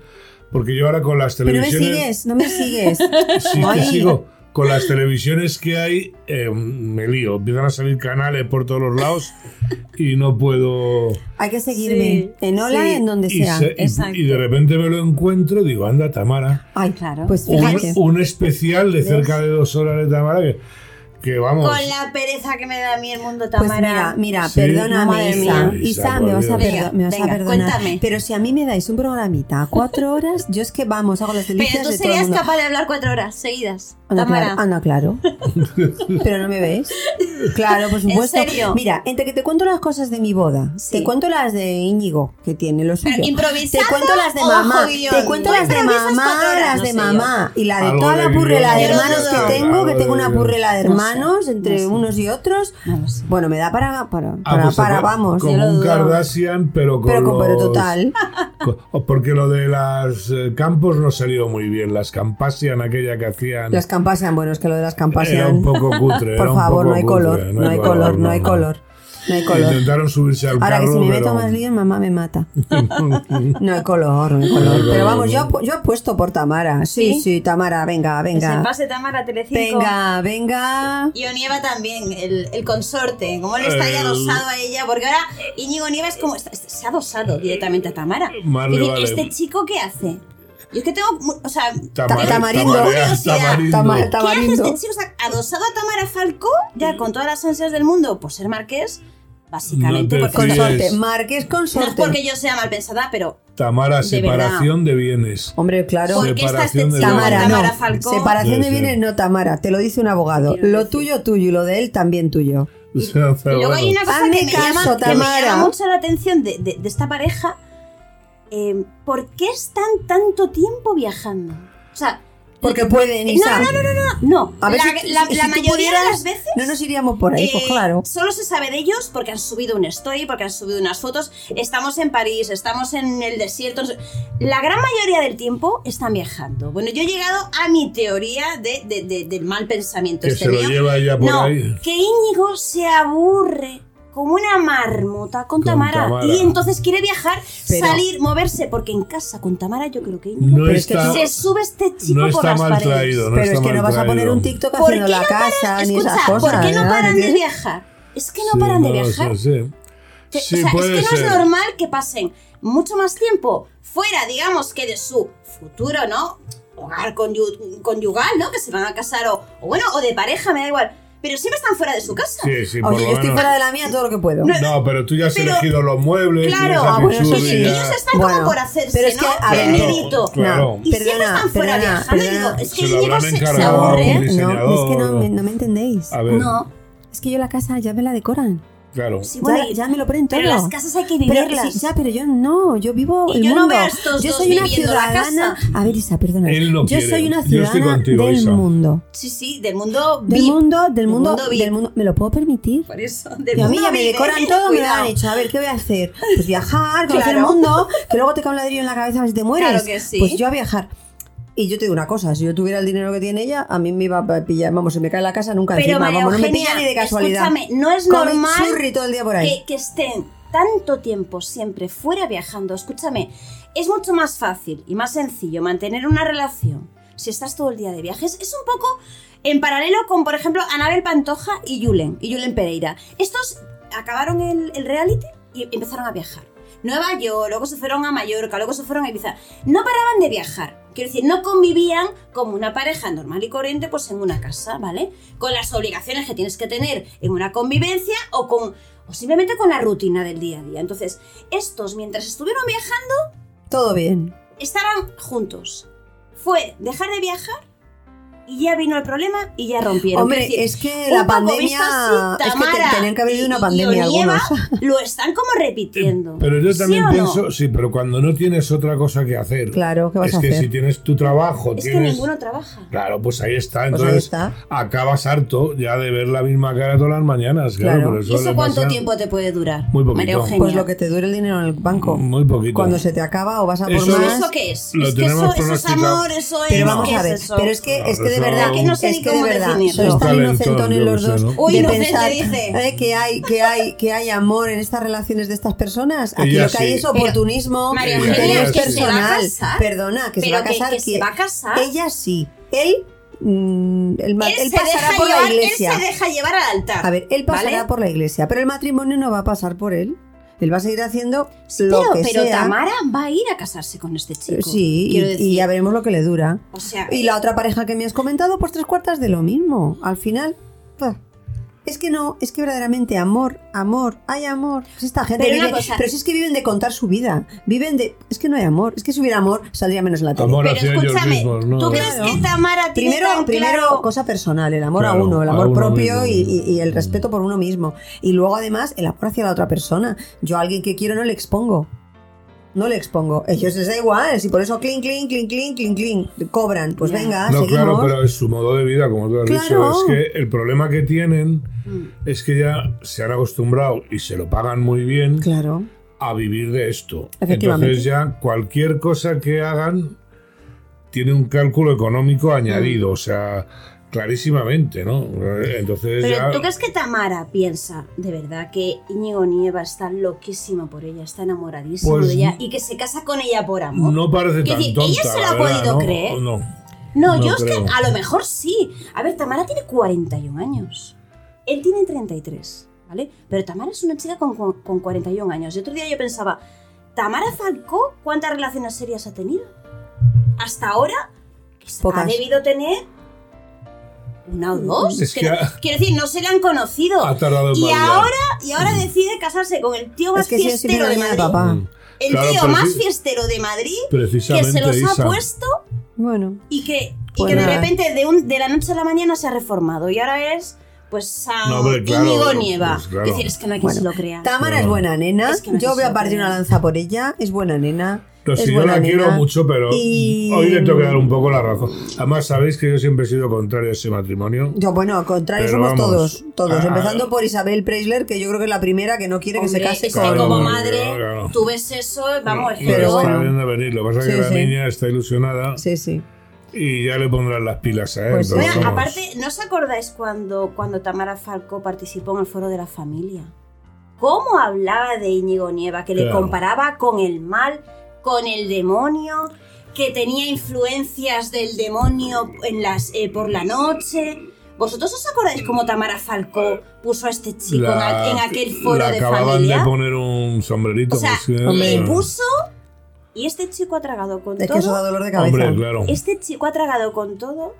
Speaker 1: porque yo ahora con las
Speaker 3: Pero me
Speaker 1: televisiones.
Speaker 3: sigues, no me sigues.
Speaker 1: Sí, te
Speaker 3: Ay.
Speaker 1: sigo. Con las televisiones que hay, eh, me lío. Empiezan a salir canales por todos los lados y no puedo.
Speaker 3: Hay que seguirme. en Ola,
Speaker 2: sí.
Speaker 3: en donde
Speaker 1: Y,
Speaker 3: sea.
Speaker 1: se- y-
Speaker 2: exacto.
Speaker 1: y de repente me lo encuentro y digo, anda, Tamara.
Speaker 3: Ay,
Speaker 2: Claro.
Speaker 3: Pues
Speaker 1: Un,
Speaker 3: fíjate.
Speaker 1: un especial de cerca de dos horas de Tamara que, que vamos.
Speaker 2: Con la pereza que me da a mí el mundo,
Speaker 3: Pues
Speaker 2: Tamara.
Speaker 3: mira, mira,
Speaker 1: Sí.
Speaker 3: perdóname,
Speaker 2: Madre
Speaker 3: Isa.
Speaker 2: mía.
Speaker 1: Sí, Isa,
Speaker 3: Isa,
Speaker 1: por
Speaker 3: me vas a,
Speaker 1: Dios.
Speaker 3: perdo- me vas a
Speaker 2: Venga,
Speaker 3: perdonar.
Speaker 2: cuéntame.
Speaker 3: Pero si a mí me dais un programita a cuatro horas, yo es que vamos, hago las delicias
Speaker 2: Pero tú
Speaker 3: de todo el
Speaker 2: serías
Speaker 3: mundo.
Speaker 2: capaz de hablar cuatro horas seguidas,
Speaker 3: Anda
Speaker 2: Tamara.
Speaker 3: claro, anda, claro. Pero no me ves. Claro, por supuesto.
Speaker 2: serio?
Speaker 3: Mira, entre que te cuento las cosas de mi boda,
Speaker 2: Sí.
Speaker 3: te cuento las de Íñigo, que tiene lo suyo. Te
Speaker 2: improvisando
Speaker 3: cuento las de
Speaker 2: o
Speaker 3: mamá,
Speaker 2: bajo guión.
Speaker 3: te cuento
Speaker 2: Tú
Speaker 3: las de
Speaker 2: improvisas
Speaker 3: mamá,
Speaker 2: cuatro horas,
Speaker 3: las
Speaker 2: no
Speaker 3: de
Speaker 2: sé yo.
Speaker 3: mamá y la de
Speaker 1: Algo
Speaker 3: toda la
Speaker 1: de
Speaker 3: burrela de
Speaker 2: guión,
Speaker 3: hermanos
Speaker 2: algo de-
Speaker 3: que tengo, que
Speaker 1: algo
Speaker 3: tengo
Speaker 1: de
Speaker 3: una
Speaker 1: guión.
Speaker 3: burrela
Speaker 2: No
Speaker 3: de
Speaker 2: sé,
Speaker 3: hermanos entre
Speaker 2: no sé.
Speaker 3: unos y otros.
Speaker 2: Ah, No lo sé.
Speaker 3: Bueno, me da para para
Speaker 1: Ah,
Speaker 3: para,
Speaker 1: pues,
Speaker 3: para,
Speaker 1: como-
Speaker 3: vamos.
Speaker 1: Como
Speaker 3: yo lo
Speaker 1: un
Speaker 3: dudo.
Speaker 1: Kardashian, pero con.
Speaker 3: pero, con- pero
Speaker 1: los-
Speaker 3: total.
Speaker 1: con- porque lo de las eh, campos no salió muy bien. Las Campasian, aquella que hacían.
Speaker 3: Las campasan, bueno, es que lo de las
Speaker 1: Era un
Speaker 3: campasan.
Speaker 1: poco cutre.
Speaker 3: Por
Speaker 1: era un
Speaker 3: favor,
Speaker 1: poco
Speaker 3: no hay
Speaker 1: cutre,
Speaker 3: color, no hay color, no hay color. No hay color.
Speaker 1: Intentaron subirse al
Speaker 3: Ahora que
Speaker 1: carro,
Speaker 3: si me meto
Speaker 1: pero.
Speaker 3: más líos, mamá me mata. No hay color, no hay color.
Speaker 1: color,
Speaker 3: Pero vamos, yo,
Speaker 1: ¿no?
Speaker 3: apu- yo apuesto por Tamara. Sí, sí,
Speaker 2: ¿Sí?
Speaker 3: Tamara, venga,
Speaker 2: Que se
Speaker 3: venga.
Speaker 2: pase Tamara Telecinco.
Speaker 3: Venga, venga.
Speaker 2: E Y Onieva también, el, el consorte, como él está ya
Speaker 1: El-
Speaker 2: adosado a ella, porque ahora Íñigo Nieva es como, está- se ha adosado directamente a Tamara.
Speaker 1: Más
Speaker 2: Y
Speaker 1: le
Speaker 2: dice,
Speaker 1: vale.
Speaker 2: ¿este chico qué hace? Yo es que tengo, mu- o sea,
Speaker 1: Tamar-
Speaker 3: Tamarindo.
Speaker 1: tamarea- tamarindo.
Speaker 3: Tama-
Speaker 2: ¿qué hace
Speaker 3: Tamarindo.
Speaker 2: este chico? O sea, adosado a Tamara Falcó, ya con todas las ansias del mundo por ser marqués, básicamente.
Speaker 1: No te
Speaker 2: porque,
Speaker 1: fíes.
Speaker 3: Consorte, Marqués
Speaker 2: no es
Speaker 3: consorte.
Speaker 2: porque yo sea mal pensada, pero
Speaker 1: Tamara, separación de bienes.
Speaker 3: Hombre, claro.
Speaker 1: Sí,
Speaker 2: ¿por qué está este
Speaker 1: Separación
Speaker 2: chico
Speaker 1: de
Speaker 2: con
Speaker 1: bienes.
Speaker 3: Tamara, no.
Speaker 2: Tamara Falcó?
Speaker 3: Separación de
Speaker 1: Sí, sí.
Speaker 3: bienes, no, Tamara. Te lo dice un abogado.
Speaker 2: Quiero
Speaker 3: Lo
Speaker 2: decir.
Speaker 3: tuyo, tuyo y lo de él también tuyo.
Speaker 1: O sea,
Speaker 2: Y luego hay
Speaker 1: bueno.
Speaker 2: una cosa
Speaker 3: Hazme
Speaker 2: que me,
Speaker 3: caso,
Speaker 2: llama, que me llama
Speaker 3: Tamara.
Speaker 2: mucho la atención de, de- de esta pareja. eh, ¿Por qué están tanto tiempo viajando? O sea, eh,
Speaker 3: Porque pueden, Isa.
Speaker 2: no, no, no, no, no.
Speaker 3: A ver
Speaker 2: la
Speaker 3: si-
Speaker 2: la-
Speaker 3: si-
Speaker 2: la
Speaker 3: si tú
Speaker 2: mayoría de
Speaker 3: pudieras,
Speaker 2: las veces.
Speaker 3: No nos iríamos por ahí, pues
Speaker 2: eh,
Speaker 3: claro.
Speaker 2: Solo se sabe de ellos porque han subido un story, porque han subido unas fotos. Estamos en París, estamos en el desierto. no sé- La gran mayoría del tiempo están viajando. Bueno, yo he llegado a mi teoría de, de- de- del mal pensamiento.
Speaker 1: Que
Speaker 2: este
Speaker 1: se lo
Speaker 2: mío.
Speaker 1: lleva ella por
Speaker 2: No,
Speaker 1: ahí.
Speaker 2: que Íñigo se aburre como una marmota con,
Speaker 1: Con
Speaker 2: Tamara,
Speaker 1: Tamara.
Speaker 2: y entonces quiere viajar,
Speaker 3: Pero-
Speaker 2: salir, moverse, porque en casa con Tamara yo creo que Íñigo
Speaker 1: No
Speaker 3: Pero es que
Speaker 1: está,
Speaker 2: se sube este chico
Speaker 1: no
Speaker 2: por
Speaker 1: está
Speaker 2: las
Speaker 1: mal
Speaker 2: paredes.
Speaker 1: traído. No
Speaker 3: Pero
Speaker 1: está
Speaker 3: es que
Speaker 1: mal
Speaker 3: no vas a poner
Speaker 1: traído.
Speaker 3: un TikTok
Speaker 2: ¿Por qué
Speaker 3: haciendo la
Speaker 2: no
Speaker 3: casa ni
Speaker 2: Escucha,
Speaker 3: esas cosas. ¿eh?
Speaker 2: ¿por qué no
Speaker 3: ¿verdad?
Speaker 2: paran de
Speaker 3: Entonces-
Speaker 2: viajar? Es que no paran de viajar.
Speaker 1: Sí, sí.
Speaker 2: Que-
Speaker 1: Sí,
Speaker 2: o sea,
Speaker 1: puede
Speaker 2: es que no
Speaker 1: ser.
Speaker 2: es normal que pasen mucho más tiempo fuera, digamos, que de su futuro, ¿no? Hogar conyu- conyugal, ¿no? Que se van a casar o, o bueno, o de pareja, me da igual. Pero siempre están fuera de su casa.
Speaker 1: Sí, sí, por
Speaker 3: Oye,
Speaker 1: lo
Speaker 3: yo estoy
Speaker 1: menos.
Speaker 3: fuera de la mía todo lo que puedo.
Speaker 1: No, pero tú ya has
Speaker 2: Pero-
Speaker 1: elegido los muebles.
Speaker 2: Claro,
Speaker 1: tienes
Speaker 3: ah, bueno, eso
Speaker 1: actitud
Speaker 3: sí.
Speaker 1: y ya-
Speaker 2: Ellos están
Speaker 3: Bueno,
Speaker 2: como por hacerse,
Speaker 3: pero es que,
Speaker 2: ¿no?
Speaker 3: a ver,
Speaker 2: El
Speaker 3: Claro,
Speaker 2: dedito.
Speaker 1: claro.
Speaker 2: Y siempre
Speaker 3: Perdona,
Speaker 2: están fuera
Speaker 3: perdona,
Speaker 2: viajando. y
Speaker 3: perdona.
Speaker 2: digo, es
Speaker 1: Se
Speaker 2: que
Speaker 1: lo
Speaker 2: Íñigo
Speaker 1: habrán
Speaker 2: se, se
Speaker 1: encargado.
Speaker 2: aburre.
Speaker 3: No, es que no
Speaker 1: diseñador.
Speaker 3: me, no me entendéis.
Speaker 1: A ver,
Speaker 2: No,
Speaker 3: Es que yo la casa ya me la decoran.
Speaker 1: claro.
Speaker 2: sí, bueno,
Speaker 3: ya,
Speaker 2: y-
Speaker 3: ya me lo ponen todo.
Speaker 2: pero las casas hay que
Speaker 3: Pero-
Speaker 2: vivirlas.
Speaker 3: sí, ya, pero yo no, yo vivo
Speaker 2: Y
Speaker 3: el
Speaker 2: yo no
Speaker 3: mundo.
Speaker 2: veo a estos
Speaker 3: yo
Speaker 2: dos
Speaker 3: soy una
Speaker 2: viviendo la
Speaker 3: ciudadana.
Speaker 2: casa.
Speaker 3: A ver, Isa, perdona.
Speaker 1: Él no
Speaker 3: yo
Speaker 1: quiere.
Speaker 3: soy una
Speaker 1: Yo estoy
Speaker 3: ciudadana
Speaker 1: contigo,
Speaker 3: del
Speaker 1: Isa.
Speaker 3: mundo.
Speaker 2: sí, sí, del mundo
Speaker 3: Del
Speaker 2: VIP.
Speaker 3: mundo, del
Speaker 2: Del
Speaker 3: mundo,
Speaker 2: mundo VIP.
Speaker 3: del mundo. ¿Me lo puedo permitir?
Speaker 2: Por eso, del
Speaker 3: Y a mí
Speaker 2: mundo
Speaker 3: ya me
Speaker 2: VIP,
Speaker 3: decoran
Speaker 2: ¿eh?
Speaker 3: todo, me lo
Speaker 2: Cuidado.
Speaker 3: han hecho. A ver, ¿qué voy a hacer? Pues viajar, conocer
Speaker 2: Claro.
Speaker 3: el mundo, que luego te cae un ladrillo en la cabeza a ver si te mueres.
Speaker 2: Claro que sí.
Speaker 3: Pues yo a viajar. Y yo te digo una cosa, si yo tuviera el dinero que tiene ella, a mí me iba a pillar, vamos, se me cae la casa nunca
Speaker 2: Pero
Speaker 3: encima,
Speaker 2: María
Speaker 3: vamos, no me
Speaker 2: Eugenia,
Speaker 3: pilla ni de casualidad.
Speaker 2: escúchame, no es
Speaker 3: Come
Speaker 2: normal
Speaker 3: churri todo el día por ahí.
Speaker 2: que, que estén tanto tiempo siempre fuera viajando. Escúchame, es mucho más fácil y más sencillo mantener una relación si estás todo el día de viajes. Es un poco en paralelo con, por ejemplo, Anabel Pantoja y Yulen, y Yulen Pereira. Estos acabaron el, el reality y empezaron a viajar. Nueva York, luego se fueron a Mallorca, luego se fueron a Ibiza. No paraban de viajar. Quiero decir, no convivían como una pareja normal y corriente, pues en una casa, ¿vale? Con las obligaciones que tienes que tener en una convivencia o con o simplemente con la rutina del día a día. Entonces, estos, mientras estuvieron viajando,
Speaker 3: Todo bien.
Speaker 2: estaban juntos. Fue dejar de viajar y ya vino el problema y ya rompieron.
Speaker 3: Hombre,
Speaker 2: Quiero decir,
Speaker 3: es que
Speaker 2: un
Speaker 3: la
Speaker 2: poco
Speaker 3: pandemia.
Speaker 2: visto así,
Speaker 3: es que
Speaker 2: Tamara
Speaker 3: te- tenían que haber ido
Speaker 2: y-
Speaker 3: una
Speaker 2: y
Speaker 3: pandemia
Speaker 2: Onieva
Speaker 3: algunos.
Speaker 2: Lo están como repitiendo.
Speaker 1: Pero yo
Speaker 2: ¿Sí
Speaker 1: también
Speaker 2: o no?
Speaker 1: pienso, sí, pero cuando no tienes otra cosa que hacer.
Speaker 3: Claro, ¿qué vas
Speaker 1: es
Speaker 3: a
Speaker 1: que
Speaker 3: hacer?
Speaker 1: si tienes tu trabajo,
Speaker 2: Es que
Speaker 1: tienes.
Speaker 2: ninguno trabaja.
Speaker 1: Claro, pues ahí está.
Speaker 3: Pues ahí
Speaker 1: Entonces
Speaker 3: está.
Speaker 1: acabas harto ya de ver la misma cara todas las mañanas. Claro,
Speaker 3: Claro.
Speaker 1: por
Speaker 2: ¿Y eso
Speaker 1: le
Speaker 2: cuánto
Speaker 1: pasa-
Speaker 2: tiempo te puede durar?
Speaker 1: Muy poquito.
Speaker 2: María Eugenia.
Speaker 3: Pues lo que te dure el dinero en el banco.
Speaker 1: Muy poquito.
Speaker 3: Cuando se te acaba o vas a por
Speaker 1: Eso-
Speaker 3: más.
Speaker 2: ¿Eso qué es?
Speaker 1: Lo
Speaker 2: es que eso,
Speaker 1: tenemos
Speaker 2: eso es
Speaker 1: pronosticado.
Speaker 2: amor, eso es.
Speaker 3: Pero vamos
Speaker 2: ¿qué
Speaker 3: a ver,
Speaker 2: es eso?
Speaker 3: pero es que, es que de
Speaker 1: Eso-
Speaker 3: verdad,
Speaker 1: Que no
Speaker 2: sé
Speaker 3: es
Speaker 2: ni
Speaker 3: que de
Speaker 2: cómo
Speaker 3: verdad,
Speaker 2: definirlo.
Speaker 3: sois tan
Speaker 1: Un talento,
Speaker 3: inocentones
Speaker 1: yo
Speaker 3: los
Speaker 1: qué sé,
Speaker 3: dos
Speaker 1: ¿no?
Speaker 2: Uy,
Speaker 3: de
Speaker 2: inocente
Speaker 3: pensar
Speaker 2: dice.
Speaker 3: eh, que hay, que hay, que hay amor en estas relaciones de estas personas. Aquí
Speaker 1: Ella
Speaker 3: lo que hay
Speaker 1: sí.
Speaker 3: es
Speaker 2: Pero,
Speaker 3: oportunismo,
Speaker 1: María
Speaker 3: interés
Speaker 1: Eugenia, que se
Speaker 2: va a
Speaker 3: personal.
Speaker 2: casar.
Speaker 3: Perdona, que se
Speaker 2: Pero
Speaker 3: va a casar.
Speaker 2: que, que se
Speaker 3: ¿quién?
Speaker 2: va a casar.
Speaker 3: Ella sí. Él, mm, el ma-
Speaker 2: Él,
Speaker 3: él
Speaker 2: se
Speaker 3: pasará
Speaker 2: deja
Speaker 3: por
Speaker 2: llevar,
Speaker 3: la iglesia.
Speaker 2: él se deja llevar al altar.
Speaker 3: A ver, él pasará
Speaker 2: ¿vale?
Speaker 3: por la iglesia, pero el matrimonio no va a pasar por él. Él va a seguir haciendo lo
Speaker 2: Pero,
Speaker 3: que
Speaker 2: pero
Speaker 3: sea. Eh,
Speaker 2: Tamara va a ir a casarse con este chico.
Speaker 3: sí, y,
Speaker 2: quiero decir.
Speaker 3: y ya veremos lo que le dura.
Speaker 2: O sea,
Speaker 3: Y la otra pareja que me has comentado, pues tres cuartas de lo mismo. Al final, Pah. Es que no, es que verdaderamente amor, amor, hay amor. Pues esta gente
Speaker 2: Pero una
Speaker 3: vive-
Speaker 2: cosa-
Speaker 3: pero si es que viven de contar su vida, viven de, es que no hay amor, es que si hubiera amor saldría menos en la tele.
Speaker 1: Amor
Speaker 2: Pero
Speaker 1: hacia ellos
Speaker 2: escúchame,
Speaker 1: mismos, ¿no?
Speaker 2: ¿tú crees
Speaker 3: Claro.
Speaker 2: que Tamara tiene
Speaker 3: Primero,
Speaker 2: tan
Speaker 3: primero
Speaker 2: claro-
Speaker 3: cosa personal, el amor a
Speaker 1: Claro,
Speaker 3: uno, el
Speaker 1: a
Speaker 3: amor
Speaker 1: uno
Speaker 3: propio y,
Speaker 1: mismo.
Speaker 3: y- y el respeto por uno mismo. Y luego además el amor hacia la otra persona. Yo a alguien que quiero no le expongo. No le expongo. Ellos les da igual, si por eso clean, clean, clean, clean, clean, clean, cobran. Pues
Speaker 2: Ya.
Speaker 3: venga,
Speaker 1: No,
Speaker 3: seguimos.
Speaker 1: claro, pero es su modo de vida, como tú has
Speaker 3: Claro.
Speaker 1: dicho. Es que el problema que tienen
Speaker 2: Mm.
Speaker 1: es que ya se han acostumbrado y se lo pagan muy bien
Speaker 3: Claro.
Speaker 1: a vivir de esto.
Speaker 3: Efectivamente.
Speaker 1: Entonces ya cualquier cosa que hagan tiene un cálculo económico añadido, o sea, clarísimamente, ¿no? Entonces
Speaker 2: Pero
Speaker 1: ya...
Speaker 2: ¿tú crees que Tamara piensa de verdad que Íñigo Nieva está loquísimo por ella, está enamoradísimo
Speaker 1: Pues
Speaker 2: de ella y que se casa con ella por amor?
Speaker 1: No parece
Speaker 2: Quiero
Speaker 1: tan
Speaker 2: decir,
Speaker 1: tonta,
Speaker 2: ella se lo
Speaker 1: la
Speaker 2: ha
Speaker 1: verdad,
Speaker 2: podido
Speaker 1: ¿no?
Speaker 2: creer.
Speaker 1: No.
Speaker 2: No,
Speaker 1: No
Speaker 2: yo es que
Speaker 1: creo.
Speaker 2: a lo mejor sí. A ver, Tamara tiene 41 años. Él tiene 33, ¿vale? Pero Tamara es una chica con, con- con 41 años. Y otro día yo pensaba, ¿Tamara Falcó cuántas relaciones serias ha tenido? Hasta ahora pues, ha
Speaker 3: Pocas.
Speaker 2: debido tener una o dos.
Speaker 1: Mm, Es
Speaker 2: Quiero-
Speaker 1: que ha-
Speaker 2: Quiero decir, no se le han conocido.
Speaker 1: Ha tardado en
Speaker 2: Y
Speaker 1: madurar.
Speaker 2: ahora, y ahora decide casarse con el tío más
Speaker 3: Es que sí, sí,
Speaker 2: fiestero
Speaker 3: pero
Speaker 2: de
Speaker 3: dime de
Speaker 2: Madrid.
Speaker 3: papá.
Speaker 1: Mm.
Speaker 2: El
Speaker 1: Claro,
Speaker 2: tío
Speaker 1: pero
Speaker 2: más
Speaker 1: sí,
Speaker 2: fiestero de Madrid que
Speaker 1: precisamente,
Speaker 2: se los ha
Speaker 1: Isa.
Speaker 2: puesto
Speaker 3: Bueno.
Speaker 2: y que, y
Speaker 3: Pues
Speaker 2: que de
Speaker 3: nada.
Speaker 2: repente de, un, de la noche a la mañana se ha reformado y ahora es pues San
Speaker 1: No, hombre, claro,
Speaker 2: Íñigo
Speaker 1: pues,
Speaker 2: Nieva.
Speaker 1: pues, claro.
Speaker 2: Es decir, es que no hay quien
Speaker 3: Bueno,
Speaker 2: se lo crea.
Speaker 3: Tamara
Speaker 1: No.
Speaker 3: es buena nena.
Speaker 2: Es que no sé
Speaker 3: yo voy
Speaker 2: si
Speaker 3: a
Speaker 2: lo
Speaker 3: partir una
Speaker 2: creo.
Speaker 3: lanza por ella. Es buena nena.
Speaker 1: No,
Speaker 3: es
Speaker 1: sí, yo
Speaker 3: buena
Speaker 1: la
Speaker 3: nena.
Speaker 1: quiero mucho, pero
Speaker 3: Y-
Speaker 1: hoy le tengo que dar un poco la razón. Además, sabéis que yo siempre he sido contrario a ese matrimonio.
Speaker 3: Yo, bueno, al contrario,
Speaker 1: Pero
Speaker 3: somos
Speaker 1: vamos,
Speaker 3: todos. Todos.
Speaker 1: ah,
Speaker 3: empezando por Isabel Preisler, que yo creo que es la primera que no quiere
Speaker 2: Hombre,
Speaker 3: que se case
Speaker 2: es que
Speaker 1: Claro,
Speaker 2: como
Speaker 1: claro,
Speaker 2: madre,
Speaker 1: claro.
Speaker 2: tú ves eso, vamos, es que
Speaker 3: Pero
Speaker 1: Lo
Speaker 2: yo-
Speaker 1: está
Speaker 3: bueno.
Speaker 1: viendo venir. Lo que pasa es
Speaker 3: Sí,
Speaker 1: que la
Speaker 3: sí.
Speaker 1: niña está ilusionada
Speaker 3: Sí, sí.
Speaker 1: y ya le pondrán las pilas a él.
Speaker 3: Pues sí.
Speaker 1: entonces,
Speaker 2: Oiga,
Speaker 1: vamos.
Speaker 2: aparte, ¿no os acordáis cuando, cuando Tamara Falco participó en el foro de la familia? ¿Cómo hablaba de Íñigo Nieva? Que le
Speaker 1: Claro.
Speaker 2: comparaba con el mal, con el demonio, que tenía influencias del demonio en las, eh, por la noche. ¿Vosotros os acordáis cómo Tamara Falco puso a este chico en a- en aquel foro
Speaker 1: la
Speaker 2: de
Speaker 1: acababan
Speaker 2: familia?
Speaker 1: de poner un sombrerito.
Speaker 2: O sea,
Speaker 1: pues, eh,
Speaker 3: hombre,
Speaker 2: Le
Speaker 1: eh,
Speaker 2: puso y este chico ha tragado con
Speaker 3: Es que eso da
Speaker 2: todo.
Speaker 3: dolor de cabeza.
Speaker 1: hombre, claro.
Speaker 2: Este chico ha tragado con todo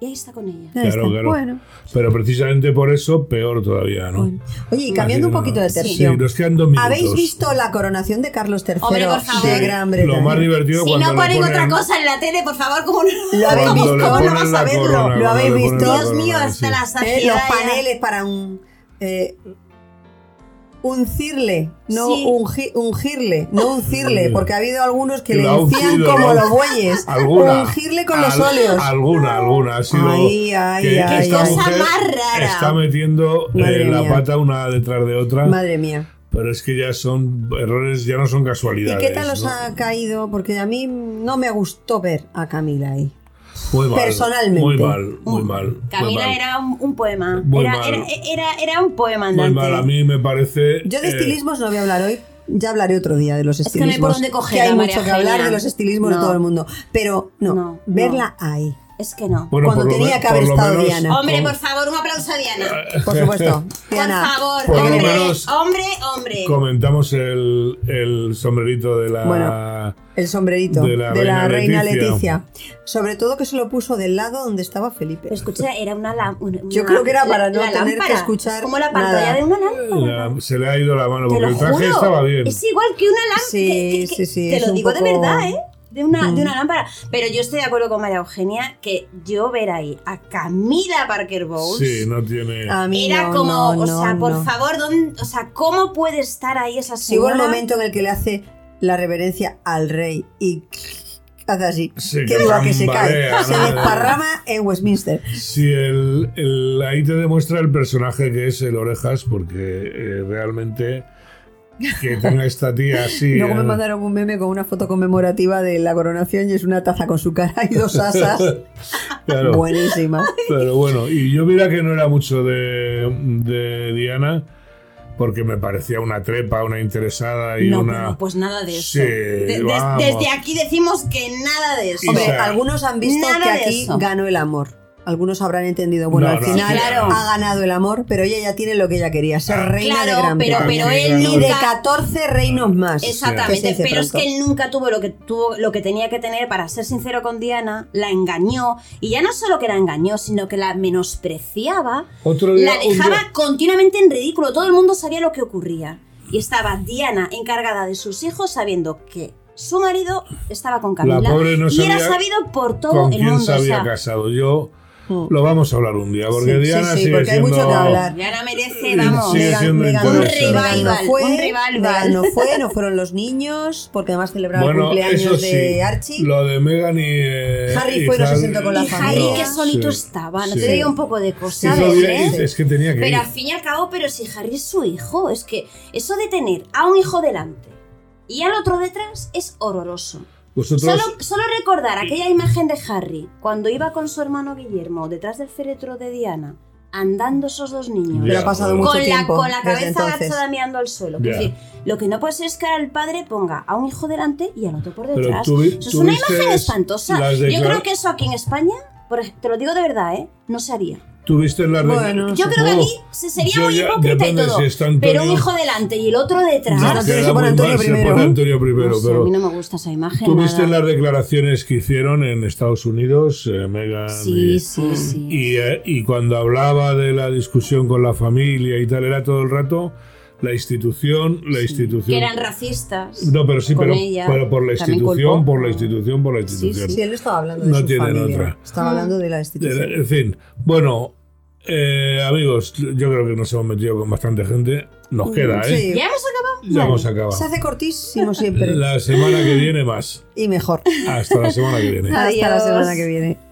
Speaker 2: y ahí está con ella.
Speaker 3: Ahí está.
Speaker 1: Claro, claro.
Speaker 3: Bueno,
Speaker 1: Pero precisamente por eso, peor todavía, ¿no?
Speaker 3: bueno. Oye, y cambiando un
Speaker 1: Así que
Speaker 3: poquito de
Speaker 1: nada.
Speaker 3: tercio.
Speaker 1: Sí, nos quedan dos minutos.
Speaker 3: ¿Habéis visto la coronación de Carlos III
Speaker 2: Hombre, por favor.
Speaker 3: de Gran
Speaker 1: Lo más
Speaker 3: Bretaña?
Speaker 1: divertido
Speaker 2: Si
Speaker 1: cuando
Speaker 2: no
Speaker 1: le
Speaker 2: ponen
Speaker 1: ponen-
Speaker 2: otra cosa en la tele, por favor, como no.
Speaker 3: ¿Lo habéis
Speaker 1: cuando
Speaker 3: visto?
Speaker 1: le
Speaker 3: ¿Cómo no
Speaker 1: ponen
Speaker 3: vas
Speaker 1: la
Speaker 3: a verlo?
Speaker 1: corona,
Speaker 3: ¿Lo
Speaker 1: cuando
Speaker 3: habéis
Speaker 1: le ponen
Speaker 3: visto?
Speaker 1: la
Speaker 2: Dios
Speaker 1: corona,
Speaker 2: mío,
Speaker 1: sí.
Speaker 2: hasta la saciedad.
Speaker 3: Eh, Los
Speaker 2: ya.
Speaker 3: paneles para un. Eh, uncirle, no
Speaker 2: Sí.
Speaker 3: ungi- ungirle, no uncirle, porque ha habido algunos que le
Speaker 1: Lo ha
Speaker 3: uncían
Speaker 1: uncido,
Speaker 3: como
Speaker 1: ¿no?
Speaker 3: los bueyes.
Speaker 1: alguna
Speaker 3: Ungirle con los
Speaker 1: al-
Speaker 3: óleos.
Speaker 1: alguna alguna ha sido
Speaker 3: Ay, ay,
Speaker 1: que
Speaker 3: ay,
Speaker 1: esta
Speaker 2: ay. Qué cosa
Speaker 1: mujer
Speaker 2: más rara.
Speaker 1: está metiendo eh,
Speaker 3: Madre
Speaker 1: la
Speaker 3: mía.
Speaker 1: pata una detrás de otra
Speaker 3: Madre mía.
Speaker 1: pero es que ya son errores ya no son
Speaker 3: ¿Y
Speaker 1: casualidades
Speaker 3: qué tal os
Speaker 1: ¿no?
Speaker 3: ha caído? Porque a mí no me gustó ver a Camila ahí.
Speaker 1: muy mal,
Speaker 3: personalmente? Mm.
Speaker 1: muy mal muy mal muy
Speaker 2: Camila
Speaker 1: mal.
Speaker 2: era un, un poema.
Speaker 1: Muy
Speaker 2: Era,
Speaker 1: mal.
Speaker 2: era, era, era un poema
Speaker 1: muy
Speaker 2: andante.
Speaker 1: mal a mí me parece
Speaker 3: Yo de
Speaker 1: eh,
Speaker 3: estilismos no voy a hablar hoy. Ya hablaré otro día de los
Speaker 2: Es que no
Speaker 3: estilismos.
Speaker 2: hay por dónde coger
Speaker 3: Que hay
Speaker 2: a María
Speaker 3: mucho que
Speaker 2: Eugenia.
Speaker 3: hablar de los estilismos
Speaker 2: No.
Speaker 3: de todo el mundo. Pero no,
Speaker 2: No,
Speaker 3: verla ahí.
Speaker 2: Es que no.
Speaker 1: bueno,
Speaker 3: cuando
Speaker 1: por lo
Speaker 3: tenía
Speaker 1: men-
Speaker 3: que haber
Speaker 1: por lo
Speaker 3: estado
Speaker 1: menos-
Speaker 3: Diana. no.
Speaker 2: hombre, por favor, un aplauso a Diana.
Speaker 3: Por supuesto. Diana.
Speaker 2: por
Speaker 1: eh, Por
Speaker 2: favor,
Speaker 1: lo
Speaker 2: hombre,
Speaker 1: menos-
Speaker 2: hombre, hombre.
Speaker 1: comentamos el, el sombrerito de la
Speaker 3: Bueno. El sombrerito
Speaker 1: De
Speaker 3: de
Speaker 1: la
Speaker 3: la,
Speaker 1: reina
Speaker 3: reina,
Speaker 1: Leticia.
Speaker 3: Leticia. Sobre todo que se lo puso del lado donde estaba Felipe.
Speaker 2: Pero escucha, era una, lam- una-
Speaker 3: Yo creo que era
Speaker 2: la-
Speaker 3: para no
Speaker 2: la
Speaker 3: tener que
Speaker 2: lámpara.
Speaker 3: escuchar
Speaker 2: Es como la pantalla
Speaker 3: nada.
Speaker 2: de una lámpara.
Speaker 1: la- se le ha ido la mano
Speaker 2: Te
Speaker 1: porque
Speaker 2: lo
Speaker 1: el traje
Speaker 2: juro.
Speaker 1: estaba bien
Speaker 2: Es igual que una lámpara.
Speaker 3: Sí,
Speaker 2: que- que-
Speaker 3: sí, sí,
Speaker 2: Te
Speaker 3: es
Speaker 2: lo
Speaker 3: un
Speaker 2: digo de
Speaker 3: poco-
Speaker 2: verdad, ¿eh? De una,
Speaker 3: Mm.
Speaker 2: de una lámpara. Pero yo estoy de acuerdo con María Eugenia que yo ver ahí a Camila Parker Bowles.
Speaker 1: sí no tiene
Speaker 3: A mí
Speaker 2: Era
Speaker 3: no,
Speaker 2: como,
Speaker 3: no,
Speaker 2: o
Speaker 3: no,
Speaker 2: sea, por
Speaker 3: no.
Speaker 2: favor, ¿dónde- o sea, ¿cómo puede estar ahí esa
Speaker 3: Si hubo
Speaker 2: señora?
Speaker 3: el momento en el que le hace la reverencia al rey y hace así.
Speaker 1: Se
Speaker 3: que duda que se cae.
Speaker 1: tambalea,
Speaker 3: Se
Speaker 1: ¿no?
Speaker 3: desparrama en Westminster.
Speaker 1: Sí, el, el- ahí te demuestra el personaje que es el Orejas, porque eh, realmente que tenga esta tía así.
Speaker 3: Luego me
Speaker 1: eh,
Speaker 3: mandaron un meme con una foto conmemorativa de la coronación y es una taza con su cara y dos asas.
Speaker 1: claro,
Speaker 3: Buenísima.
Speaker 1: Pero bueno, y yo mira que no era mucho de, de Diana, porque me parecía una trepa, una interesada y
Speaker 2: no,
Speaker 1: una.
Speaker 2: pero pues nada de eso.
Speaker 1: Sí,
Speaker 2: De- des-
Speaker 1: vamos.
Speaker 2: desde aquí decimos que nada de eso.
Speaker 1: Y
Speaker 3: Hombre,
Speaker 1: sea,
Speaker 3: algunos han visto
Speaker 2: nada
Speaker 3: que
Speaker 2: de
Speaker 3: aquí
Speaker 2: eso.
Speaker 3: ganó el amor. algunos habrán entendido, bueno,
Speaker 1: No,
Speaker 3: al
Speaker 1: no,
Speaker 3: final
Speaker 2: claro.
Speaker 3: ha ganado el amor, pero ella ya tiene lo que ella quería, ser reina de
Speaker 2: Claro,
Speaker 3: Gran
Speaker 2: pero,
Speaker 3: Bretaña.
Speaker 2: pero él
Speaker 1: Claro.
Speaker 3: Y de
Speaker 2: nunca...
Speaker 3: 14 reinos más. que se
Speaker 2: Exactamente,
Speaker 3: dice
Speaker 2: pero es
Speaker 3: pronto.
Speaker 2: que él nunca tuvo lo que tuvo lo que tenía que tener para ser sincero con Diana, la engañó y ya no solo que la engañó, sino que la menospreciaba,
Speaker 1: Otro día, un
Speaker 2: la
Speaker 1: día-
Speaker 2: dejaba continuamente en ridículo, todo el mundo sabía lo que ocurría y estaba Diana encargada de sus hijos sabiendo que su marido estaba con Camila
Speaker 1: pobre no
Speaker 2: y
Speaker 1: sabía
Speaker 2: era sabido por todo
Speaker 1: con
Speaker 2: el
Speaker 1: quién
Speaker 2: mundo.
Speaker 1: se
Speaker 2: o
Speaker 1: había
Speaker 2: sea,
Speaker 1: casado. Yo
Speaker 3: Mm.
Speaker 1: lo vamos a hablar un día, porque
Speaker 3: Sí, sí,
Speaker 1: Diana
Speaker 3: sí,
Speaker 1: sigue
Speaker 3: porque hay
Speaker 1: siendo.
Speaker 3: mucho que hablar.
Speaker 2: Diana merece, vamos.
Speaker 1: sigue
Speaker 3: Megan-
Speaker 1: siendo
Speaker 3: Megan
Speaker 1: interesante.
Speaker 3: Markle,
Speaker 2: Un
Speaker 3: Megan
Speaker 2: revival,
Speaker 3: no fue,
Speaker 2: un revival.
Speaker 3: Megan no fue, no fueron los niños, porque además celebraba el
Speaker 1: Bueno,
Speaker 3: cumpleaños
Speaker 1: eso sí,
Speaker 3: de Archie.
Speaker 1: lo de Megan y eh,
Speaker 3: Harry
Speaker 1: y
Speaker 3: fue y no se sentó con la
Speaker 2: Y Harry
Speaker 3: familia.
Speaker 2: que solito
Speaker 1: Sí,
Speaker 2: estaba, no
Speaker 1: sí.
Speaker 2: te diga un poco de
Speaker 1: Hizo
Speaker 2: cosas,
Speaker 1: bien,
Speaker 2: ¿eh?
Speaker 1: Es que tenía que ir.
Speaker 2: Pero al fin y al cabo, pero si Harry es su hijo, es que eso de tener a un hijo delante y al otro detrás es horroroso.
Speaker 1: Vosotros,
Speaker 2: Solo, solo recordar aquella imagen de Harry cuando iba con su hermano Guillermo detrás del féretro de Diana, andando esos dos niños.
Speaker 3: Pero
Speaker 1: Ya,
Speaker 3: ha pasado
Speaker 1: bueno.
Speaker 3: mucho
Speaker 2: con, la,
Speaker 3: tiempo
Speaker 2: con la
Speaker 3: desde
Speaker 2: cabeza
Speaker 3: entonces.
Speaker 2: agachada mirando al suelo.
Speaker 1: Ya.
Speaker 2: Es decir, lo que no puede ser es que ahora el padre ponga a un hijo delante y al otro por
Speaker 1: Pero
Speaker 2: detrás.
Speaker 1: tú vi-
Speaker 2: eso es
Speaker 1: tú
Speaker 2: una
Speaker 1: viste
Speaker 2: imagen
Speaker 1: es-
Speaker 2: espantosa.
Speaker 1: las
Speaker 2: Yo
Speaker 1: declara-
Speaker 2: creo que eso aquí en España, por ej- te lo digo de verdad, ¿eh? no se haría.
Speaker 1: tuviste la
Speaker 3: Bueno,
Speaker 2: Yo creo que
Speaker 1: Oh,
Speaker 2: aquí se sería
Speaker 1: yo
Speaker 2: muy
Speaker 1: ya-
Speaker 2: hipócrita y
Speaker 1: depende
Speaker 2: todo.
Speaker 1: si está Antonio-
Speaker 2: pero un hijo delante y el otro detrás.
Speaker 1: ya
Speaker 3: Ah,
Speaker 1: queda
Speaker 3: Antonio se pone
Speaker 1: muy
Speaker 3: Antonio
Speaker 1: mal, se
Speaker 3: primero.
Speaker 1: pone Antonio primero,
Speaker 2: No sé,
Speaker 1: pero
Speaker 2: a mí no me gusta esa imagen.
Speaker 1: tuviste
Speaker 2: nada.
Speaker 1: las declaraciones que hicieron en Estados Unidos, eh, Megan y,
Speaker 2: Sí, sí, sí.
Speaker 1: Y, eh, y cuando hablaba de la discusión con la familia y tal, era todo el rato la institución, la institución.
Speaker 2: que eran racistas.
Speaker 1: no, pero sí,
Speaker 2: con
Speaker 1: pero,
Speaker 2: ella.
Speaker 1: pero por la
Speaker 2: También
Speaker 1: institución,
Speaker 2: culpó.
Speaker 1: por la institución, por la institución.
Speaker 3: Sí, él no estaba hablando de
Speaker 1: No
Speaker 3: su
Speaker 1: tienen
Speaker 3: familia.
Speaker 1: otra.
Speaker 3: Estaba hablando de la
Speaker 1: Eh,
Speaker 3: institución.
Speaker 1: En fin, bueno, eh, amigos, yo creo que nos hemos metido con bastante gente.
Speaker 2: Mm,
Speaker 1: Nos queda,
Speaker 3: Sí.
Speaker 1: ¿eh?
Speaker 2: ¿Ya hemos acabado?
Speaker 1: Ya hemos acabado.
Speaker 3: Se hace cortísimo siempre.
Speaker 1: La semana que viene más.
Speaker 3: Y mejor.
Speaker 1: Hasta la semana que viene.
Speaker 3: Hasta la
Speaker 2: Adiós.
Speaker 3: semana que viene.